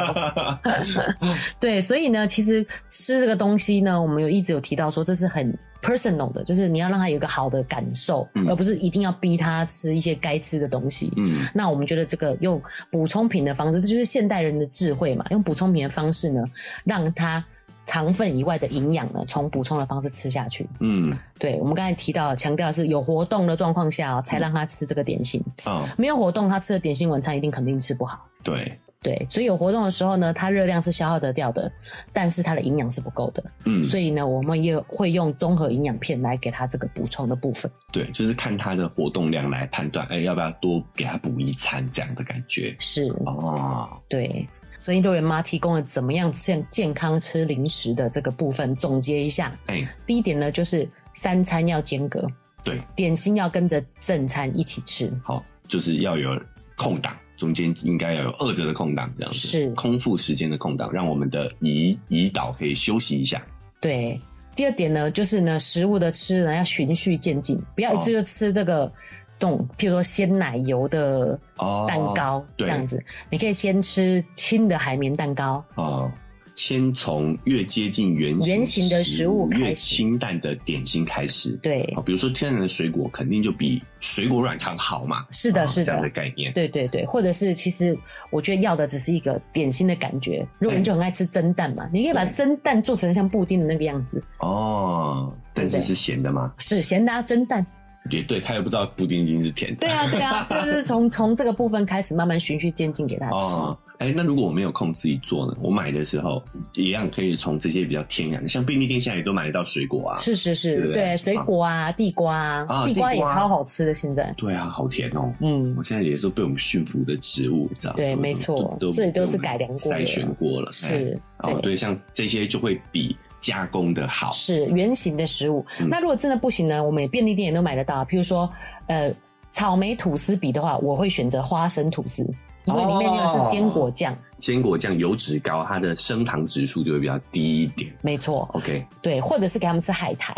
Speaker 1: 对，所以呢，其实吃这个东西呢，我们有一直有提到说，这是很 personal 的，就是你要让他有一个好的感受，
Speaker 2: 嗯
Speaker 1: 而不是一定要逼他吃一些该吃的东西。
Speaker 2: [LAUGHS] 嗯，
Speaker 1: 那我们觉得这个用补充品的方式，这就是现代人的智慧嘛。用补充品的方式呢，让他糖分以外的营养呢，从补充的方式吃下去。
Speaker 2: 嗯，
Speaker 1: 对我们刚才提到强调是有活动的状况下、哦才让他吃这个点心，
Speaker 2: 哦，
Speaker 1: 没有活动他吃的点心晚餐一定肯定吃不好。
Speaker 2: 对，
Speaker 1: 对，所以有活动的时候呢，它热量是消耗得掉的，但是它的营养是不够的，
Speaker 2: 嗯，
Speaker 1: 所以呢，我们也会用综合营养片来给它这个补充的部分。
Speaker 2: 对，就是看他的活动量来判断，哎、要不要多给他补一餐这样的感觉。
Speaker 1: 是，
Speaker 2: 哦，
Speaker 1: 对。所以六元妈提供了怎么样健健康吃零食的这个部分，总结一下，
Speaker 2: 哎、
Speaker 1: 第一点呢就是三餐要间隔，
Speaker 2: 对，
Speaker 1: 点心要跟着正餐一起吃。
Speaker 2: 好，就是要有空档，中间应该要有饿着的空档，这样子
Speaker 1: 是
Speaker 2: 空腹时间的空档，让我们的胰胰岛可以休息一下。
Speaker 1: 对，第二点呢，就是呢，食物的吃呢要循序渐进，不要一次就吃这个动，譬如说鲜奶油的
Speaker 2: 哦
Speaker 1: 蛋糕、
Speaker 2: 对
Speaker 1: 这样子，你可以先吃轻的海绵蛋糕，
Speaker 2: 哦，先从越接近原型
Speaker 1: 原型的食物开始
Speaker 2: 越清淡的点心开始。
Speaker 1: 对，
Speaker 2: 哦，比如说天然的水果肯定就比水果软糖好嘛，
Speaker 1: 是的
Speaker 2: 哦
Speaker 1: 是的
Speaker 2: 这样的概念。
Speaker 1: 对对对，或者是其实我觉得要的只是一个点心的感觉。如果
Speaker 2: 对
Speaker 1: 你就很爱吃蒸蛋嘛，你可以把
Speaker 2: 对
Speaker 1: 蒸蛋做成像布丁的那个样子，
Speaker 2: 哦，但
Speaker 1: 对
Speaker 2: 是
Speaker 1: 不对
Speaker 2: 是咸的吗？
Speaker 1: 是咸的啊蒸蛋。
Speaker 2: 也对，他也不知道布丁已经是甜的。
Speaker 1: 对啊对 [LAUGHS] 啊，就是从从这个部分开始慢慢循序渐进给他吃。
Speaker 2: 哦，哎、那如果我没有空自己做呢？我买的时候一样可以从这些比较天然的，像便利店现在也都买得到水果啊。
Speaker 1: 是是
Speaker 2: 对
Speaker 1: 是，
Speaker 2: 不对
Speaker 1: 对水果啊、地瓜啊，
Speaker 2: 啊
Speaker 1: 地瓜
Speaker 2: 地
Speaker 1: 也
Speaker 2: 瓜
Speaker 1: 超好吃的。现在，
Speaker 2: 对啊，好甜哦、
Speaker 1: 嗯
Speaker 2: 我，现在也是被我们驯服的植物，你知道吗？
Speaker 1: 对
Speaker 2: 都
Speaker 1: 没错
Speaker 2: 都
Speaker 1: 这里都是
Speaker 2: 被我们
Speaker 1: 改良过的
Speaker 2: 筛选过了。哎
Speaker 1: 是，
Speaker 2: 哦，对，像这些就会比加工的好。
Speaker 1: 是圆形的食物。
Speaker 2: 嗯
Speaker 1: 那如果真的不行呢，我们也便利店也都买得到啊。譬如说，呃，草莓吐司比的话，我会选择花生吐司，因为里面那个是坚果酱。
Speaker 2: 坚果酱油脂高，它的升糖指数就会比较低一点。
Speaker 1: 没错，
Speaker 2: OK，
Speaker 1: 对，或者是给他们吃海苔。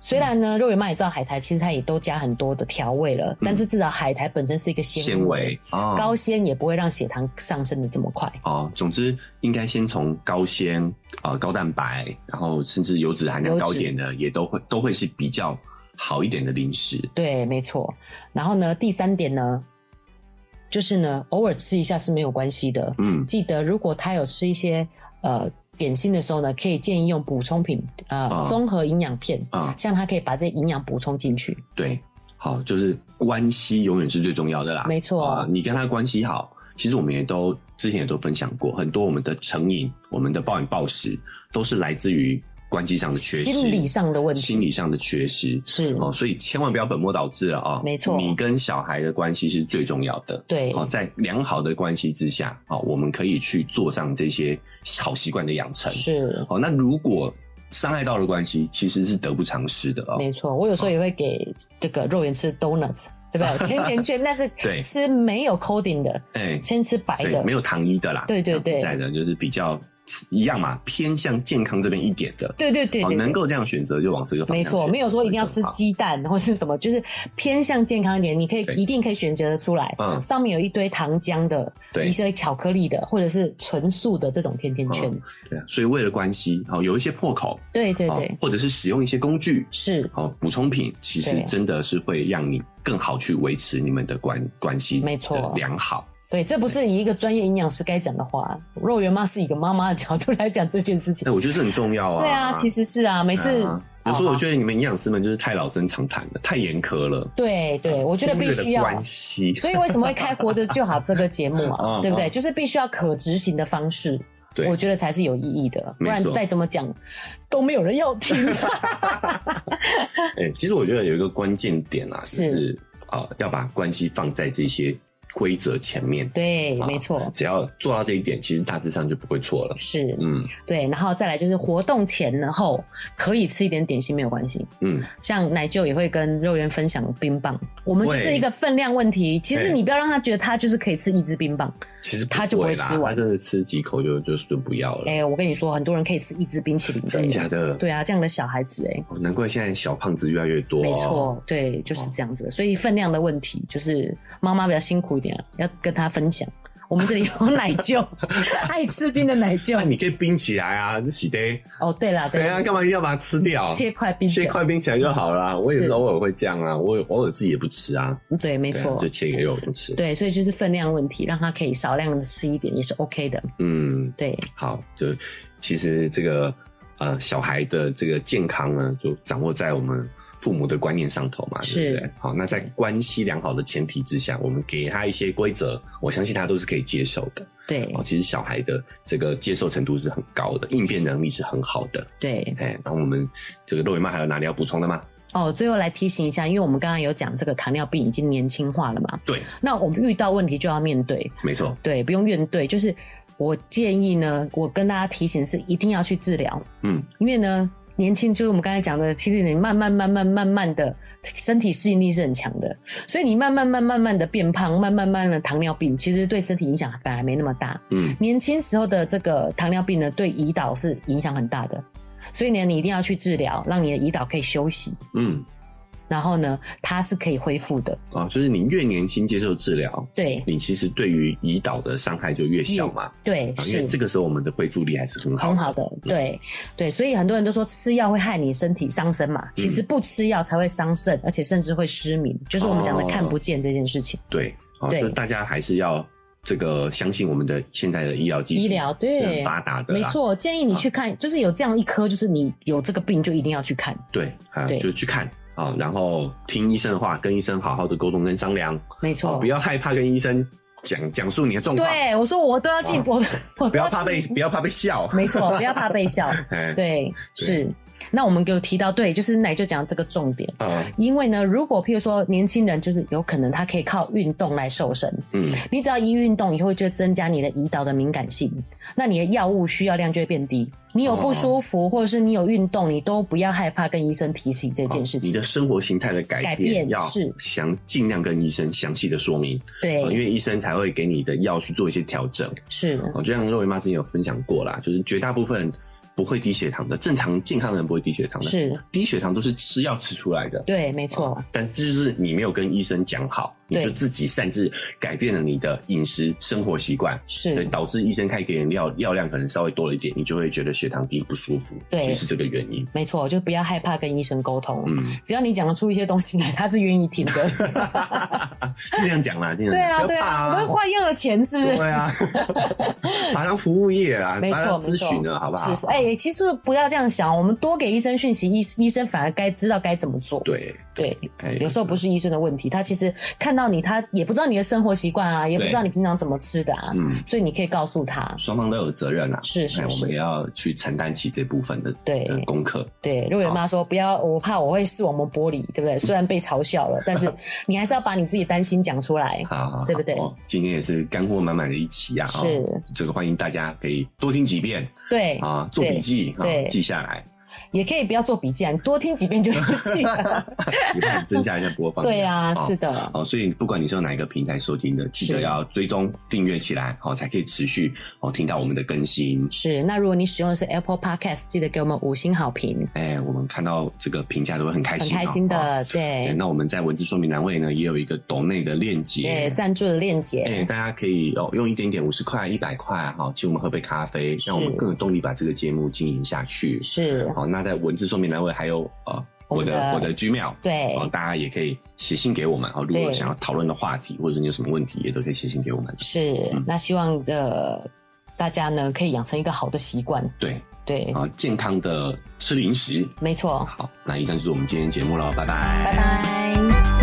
Speaker 1: 虽然
Speaker 2: 嗯
Speaker 1: 呢，肉圆妈也知道海苔其实它也都加很多的调味了，但是至少海苔本身是一个纤
Speaker 2: 纤维嗯哦
Speaker 1: 高纤也不会让血糖上升的这么快。
Speaker 2: 哦，总之应该先从高纤、呃高蛋白，然后甚至油脂含量
Speaker 1: 油
Speaker 2: 高一
Speaker 1: 脂
Speaker 2: 点的，也都会都会是比较好一点的零食。
Speaker 1: 对，没错。然后呢，第三点呢，就是呢，偶尔吃一下是没有关系的。
Speaker 2: 嗯，
Speaker 1: 记得如果他有吃一些呃点心的时候呢，可以建议用补充品，呃，
Speaker 2: 啊
Speaker 1: 综合营养片，
Speaker 2: 啊
Speaker 1: 这样他可以把这些营养补充进去。
Speaker 2: 对，好，就是关系永远是最重要的啦。
Speaker 1: 没错
Speaker 2: 啊你跟他关系好，其实我们也都之前也都分享过，很多我们的成瘾、我们的暴饮暴食，都是来自于关系上的缺失、
Speaker 1: 心理上的问题
Speaker 2: 心理上的缺失。
Speaker 1: 是，
Speaker 2: 哦，所以千万不要本末倒置了啊、
Speaker 1: 没错
Speaker 2: 你跟小孩的关系是最重要的。
Speaker 1: 对
Speaker 2: 好、哦在良好的关系之下，好、我们可以去做上这些好习惯的养成。
Speaker 1: 是。
Speaker 2: 好、那如果伤害到了关系，其实是得不偿失的哦。
Speaker 1: 没错，我有时候也会给这个肉圆吃 donuts，对不
Speaker 2: [LAUGHS]
Speaker 1: 对？甜甜圈，但是
Speaker 2: 对
Speaker 1: 吃没有 coating 的，
Speaker 2: 哎
Speaker 1: 先吃白
Speaker 2: 对，
Speaker 1: 的，
Speaker 2: 没有糖衣的啦。
Speaker 1: 对对对
Speaker 2: 像自在的就是比较一样嘛，偏向健康这边一点的。
Speaker 1: 对对对
Speaker 2: 好
Speaker 1: 对，
Speaker 2: 哦能
Speaker 1: 对
Speaker 2: 够这样选择就往这个方向
Speaker 1: 没
Speaker 2: 选。
Speaker 1: 错，没有说一定要吃
Speaker 2: 好
Speaker 1: 鸡蛋 [LAUGHS] 或是什么，就是偏向健康一点，你可以
Speaker 2: 对
Speaker 1: 一定可以选择得出来。
Speaker 2: 嗯
Speaker 1: 上面有一堆糖浆的，
Speaker 2: 对
Speaker 1: 一些巧克力的，或者是纯素的这种甜甜圈。
Speaker 2: 嗯对啊，所以为了关系，好有一些破口，哦
Speaker 1: 对对对，
Speaker 2: 好或者是使用一些工具，
Speaker 1: 是
Speaker 2: 好补充品，其实
Speaker 1: 对
Speaker 2: 真的是会让你更好去维持你们的关关系，
Speaker 1: 没错
Speaker 2: 良好。
Speaker 1: 对，这不是以一个专业营养师该讲的话。肉圆妈是以一个妈妈的角度来讲这件事情
Speaker 2: 那。我觉得这很重要啊。
Speaker 1: 对啊，其
Speaker 2: 实
Speaker 1: 实是啊，每次
Speaker 2: 嗯有时候我觉得你们营养师们就是太老生常谈了，太严苛了。啊
Speaker 1: 对对，我觉得
Speaker 2: 忽略
Speaker 1: 必
Speaker 2: 了
Speaker 1: 须要。
Speaker 2: 关
Speaker 1: [LAUGHS]
Speaker 2: 系，
Speaker 1: 所以为什么会开活着就好这个节目啊？
Speaker 2: [LAUGHS] 嗯
Speaker 1: 对不对？
Speaker 2: 嗯
Speaker 1: 就是必须要可执行的方式，
Speaker 2: 对
Speaker 1: 我觉得才是有意义的，不
Speaker 2: 没
Speaker 1: 然
Speaker 2: 错
Speaker 1: 再怎么讲都没有人要
Speaker 2: [LAUGHS]
Speaker 1: 听。
Speaker 2: 哎、其实我觉得有一个关键点啊，就是是啊、呃要把关系放在这些规则前面。
Speaker 1: 对，
Speaker 2: 啊
Speaker 1: 没错，
Speaker 2: 只要做到这一点，其实大致上就不会错了。
Speaker 1: 是
Speaker 2: 嗯
Speaker 1: 对。然后再来就是活动前然后可以吃一点点心没有关系，
Speaker 2: 嗯，
Speaker 1: 像奶舅也会跟肉圆分享冰棒，我们就是
Speaker 2: 会
Speaker 1: 一个分量问题。其实
Speaker 2: 对
Speaker 1: 你不要让他觉得他就是可以吃一支冰棒，
Speaker 2: 其实
Speaker 1: 他就不会
Speaker 2: 啦
Speaker 1: 吃完
Speaker 2: 他真的吃几口就就就不要了。
Speaker 1: 哎，我跟你说，很多人可以吃一支冰淇淋
Speaker 2: 真的
Speaker 1: 的
Speaker 2: 假
Speaker 1: 耶，
Speaker 2: 的？
Speaker 1: 对啊，这样的小孩子哎、
Speaker 2: 哦，难怪现在小胖子越来越多、哦。
Speaker 1: 没错，对，就是这样子。所以分量的问题，就是妈妈比较辛苦一点、啊，要跟她分享。我们这里有奶舅，
Speaker 2: [LAUGHS]
Speaker 1: 爱吃冰的奶舅
Speaker 2: 那。哎你可以冰起来啊，这洗的。
Speaker 1: 哦，对啦，
Speaker 2: 对
Speaker 1: 对
Speaker 2: 啊，干嘛一定要把它吃掉？
Speaker 1: 切块冰
Speaker 2: 切
Speaker 1: 淇
Speaker 2: 块冰起来就好啦。我也
Speaker 1: 是
Speaker 2: 是偶尔会这样啊，我偶尔自己也不吃啊。
Speaker 1: 淋，对，没
Speaker 2: 没
Speaker 1: 错
Speaker 2: 就，切给肉人吃。
Speaker 1: 对，所以就是分量问题，让她可以少量的吃一点也是 OK 的。
Speaker 2: 嗯，
Speaker 1: 对，
Speaker 2: 好，就其实这个呃小孩的这个健康呢，就掌握在我们父母的观念上头嘛，
Speaker 1: 是
Speaker 2: 对不对？好，那在关系良好的前提之下，我们给他一些规则，我相信他都是可以接受的。
Speaker 1: 对
Speaker 2: 哦，，其实小孩的这个接受程度是很高的，应变能力是很好的。
Speaker 1: 对。
Speaker 2: 哎，然后我们这个肉圆妈还有哪里要补充的吗？
Speaker 1: 哦，最后来提醒一下，因为我们刚刚有讲这个糖尿病已经年轻化了嘛，
Speaker 2: 对，
Speaker 1: 那我们遇到问题就要面对，
Speaker 2: 没错，
Speaker 1: 对，不用怨对，就是我建议呢，我跟大家提醒是一定要去治疗，
Speaker 2: 嗯，
Speaker 1: 因为呢，年轻就是我们刚才讲的，其实你慢慢慢慢慢慢的，身体适应力是很强的，所以你慢慢慢慢慢的变胖，慢慢慢慢的糖尿病，其实对身体影响反而没那么大。
Speaker 2: 嗯，
Speaker 1: 年轻时候的这个糖尿病呢，对胰岛是影响很大的，所以呢，你一定要去治疗，让你的胰岛可以休息，
Speaker 2: 嗯，
Speaker 1: 然后呢，它是可以恢复的。
Speaker 2: 啊，就是你越年轻接受治疗，
Speaker 1: 对
Speaker 2: 你其实对于胰岛的伤害就越小嘛，
Speaker 1: 对，
Speaker 2: 啊因
Speaker 1: 嗯是
Speaker 2: 为这个时候我们的恢复力还是很好，嗯
Speaker 1: 很好，的，对对，所以很多人都说吃药会害你身体伤身
Speaker 2: 嗯
Speaker 1: 嘛，其实不吃药才会伤肾，而且甚至会失明，就是我们讲的
Speaker 2: 哦
Speaker 1: 看不见这件事情。
Speaker 2: 对，啊，
Speaker 1: 对
Speaker 2: 这大家还是要这个相信我们的现在的医疗技术，
Speaker 1: 医疗对
Speaker 2: 是很发达的，啊
Speaker 1: 没，错，建议你去看，就是有这样一科，就是你有这个病就一定要去看，
Speaker 2: 对，啊，
Speaker 1: 对
Speaker 2: 就是去看啊，然后听医生的话，跟医生好好的沟通跟商量，
Speaker 1: 没
Speaker 2: 啊，
Speaker 1: 错。
Speaker 2: 不要害怕跟医生讲讲述你的状况，
Speaker 1: 对，我说我都要进
Speaker 2: 啊，
Speaker 1: 我我
Speaker 2: 不
Speaker 1: 都
Speaker 2: 要怕被
Speaker 1: 进
Speaker 2: 不要怕被笑，
Speaker 1: 没错，不要怕被
Speaker 2: [LAUGHS]
Speaker 1: 笑。
Speaker 2: 哎，
Speaker 1: 对，是。那我们有提到，对，就是奶就讲这个重点，
Speaker 2: 啊，
Speaker 1: 因为呢，如果譬如说年轻人，就是有可能他可以靠运动来瘦身，
Speaker 2: 嗯，
Speaker 1: 你只要一运动，以后就增加你的胰岛的敏感性，那你的药物需要量就会变低。你有不舒服，或者是你有运动，你都不要害怕跟医生提起这件事
Speaker 2: 哦你
Speaker 1: 情。
Speaker 2: 的生活形态的改
Speaker 1: 改变
Speaker 2: 变要
Speaker 1: 是
Speaker 2: 详尽量跟医生详细的说明，
Speaker 1: 对，
Speaker 2: 呃因为医生才会给你的药去做一些调整。
Speaker 1: 是，
Speaker 2: 哦，就像肉圆妈之前有分享过啦，就是绝大部分不会低血糖的，正常健康的人不会低血糖的，
Speaker 1: 是
Speaker 2: 低血糖都是吃药吃出来的。
Speaker 1: 对，没错，
Speaker 2: 但这就是你没有跟医生讲好，你
Speaker 1: 对
Speaker 2: 就自己擅自改变了你的饮食生活习惯，对，
Speaker 1: 是，
Speaker 2: 导致医生开给你药药量可能稍微多了一点，你就会觉得血糖低不舒服，
Speaker 1: 对
Speaker 2: 其实是这个原因。
Speaker 1: 没错，就不要害怕跟医生沟通。 [LAUGHS]
Speaker 2: 嗯，
Speaker 1: 只要你讲得出一些东西来，他是愿意听
Speaker 2: [LAUGHS]
Speaker 1: 的。
Speaker 2: 尽量讲啦，尽量
Speaker 1: 对
Speaker 2: 讲，
Speaker 1: 啊，
Speaker 2: 不
Speaker 1: 对
Speaker 2: 要怕
Speaker 1: 啊，我们换药的钱是不是？
Speaker 2: 对啊，把它服务业啊，
Speaker 1: [LAUGHS] 没
Speaker 2: 把它
Speaker 1: 错，没
Speaker 2: 咨
Speaker 1: 错
Speaker 2: 询了，好不好？
Speaker 1: 是是，哎、其实不要这样想，我们多给医生讯息，医医生反而该知道该怎么做。
Speaker 2: 对，
Speaker 1: 对，
Speaker 2: 哎，
Speaker 1: 有时候不是医生的问题，他其实看到你，他也不知道你的生活习惯啊，也不知道你平常怎么吃的啊，
Speaker 2: 嗯，
Speaker 1: 所以你可以告诉他，
Speaker 2: 双方都有责任啦，
Speaker 1: 是是
Speaker 2: 哎我
Speaker 1: 是
Speaker 2: 们也要去承担起这部分的
Speaker 1: 对
Speaker 2: 的功课。
Speaker 1: 对，肉圆妈说不要，我怕我会视网膜剥离，对不对？虽然被嘲笑了，
Speaker 2: [LAUGHS]
Speaker 1: 但是你还是要把你自己担心讲出来。
Speaker 2: 好好好，
Speaker 1: 对不对
Speaker 2: 哦今天也是干货满满的一期啊，
Speaker 1: 是
Speaker 2: 哦这个欢迎大家可以多听几遍
Speaker 1: 对，
Speaker 2: 啊，做笔记啊
Speaker 1: 对，
Speaker 2: 记下来，
Speaker 1: 也可以不要做笔记啊，你多听几遍就会
Speaker 2: [LAUGHS]
Speaker 1: 记了。
Speaker 2: 也帮我们增加一下播放量。
Speaker 1: [LAUGHS] 对呀、啊，
Speaker 2: 哦
Speaker 1: 是。的，
Speaker 2: 哦，所以不管你是用哪一个平台收听的，记得
Speaker 1: 是
Speaker 2: 要追踪订阅起来，哦，才可以持续哦听到我们的更新。
Speaker 1: 是。那如果你使用的是 Apple Podcast，记得给我们五星好评，
Speaker 2: 哎，我们看到这个评价都会很开
Speaker 1: 很
Speaker 2: 心、
Speaker 1: 开心
Speaker 2: 哦
Speaker 1: 的。
Speaker 2: 对
Speaker 1: 对，
Speaker 2: 那我们在文字说明栏位呢，也有一个抖内的链
Speaker 1: 对，
Speaker 2: 接。
Speaker 1: 赞助的链
Speaker 2: 哎、
Speaker 1: 接，
Speaker 2: 大家可以哦，用一点点五十块、一百块啊哈，请我们喝杯咖啡，
Speaker 1: 是
Speaker 2: 让我们更有动力把这个节目经营下去。
Speaker 1: 是，
Speaker 2: 好，那在文字说明栏位还有呃
Speaker 1: 我
Speaker 2: 我
Speaker 1: 们
Speaker 2: 的
Speaker 1: 的
Speaker 2: 我的 Gmail，
Speaker 1: 对，
Speaker 2: 哦，大家也可以写信给我们哦。如
Speaker 1: 对
Speaker 2: 果想要讨论的话题，或者你有什么问题，也都可以写信给我们。
Speaker 1: 是，那希望呃大家呢可以养成一个好的习惯，
Speaker 2: 对
Speaker 1: 对，
Speaker 2: 啊、健康的吃零食。
Speaker 1: 没错，
Speaker 2: 好，那以上就是我们今天的节目了，拜拜
Speaker 1: 拜拜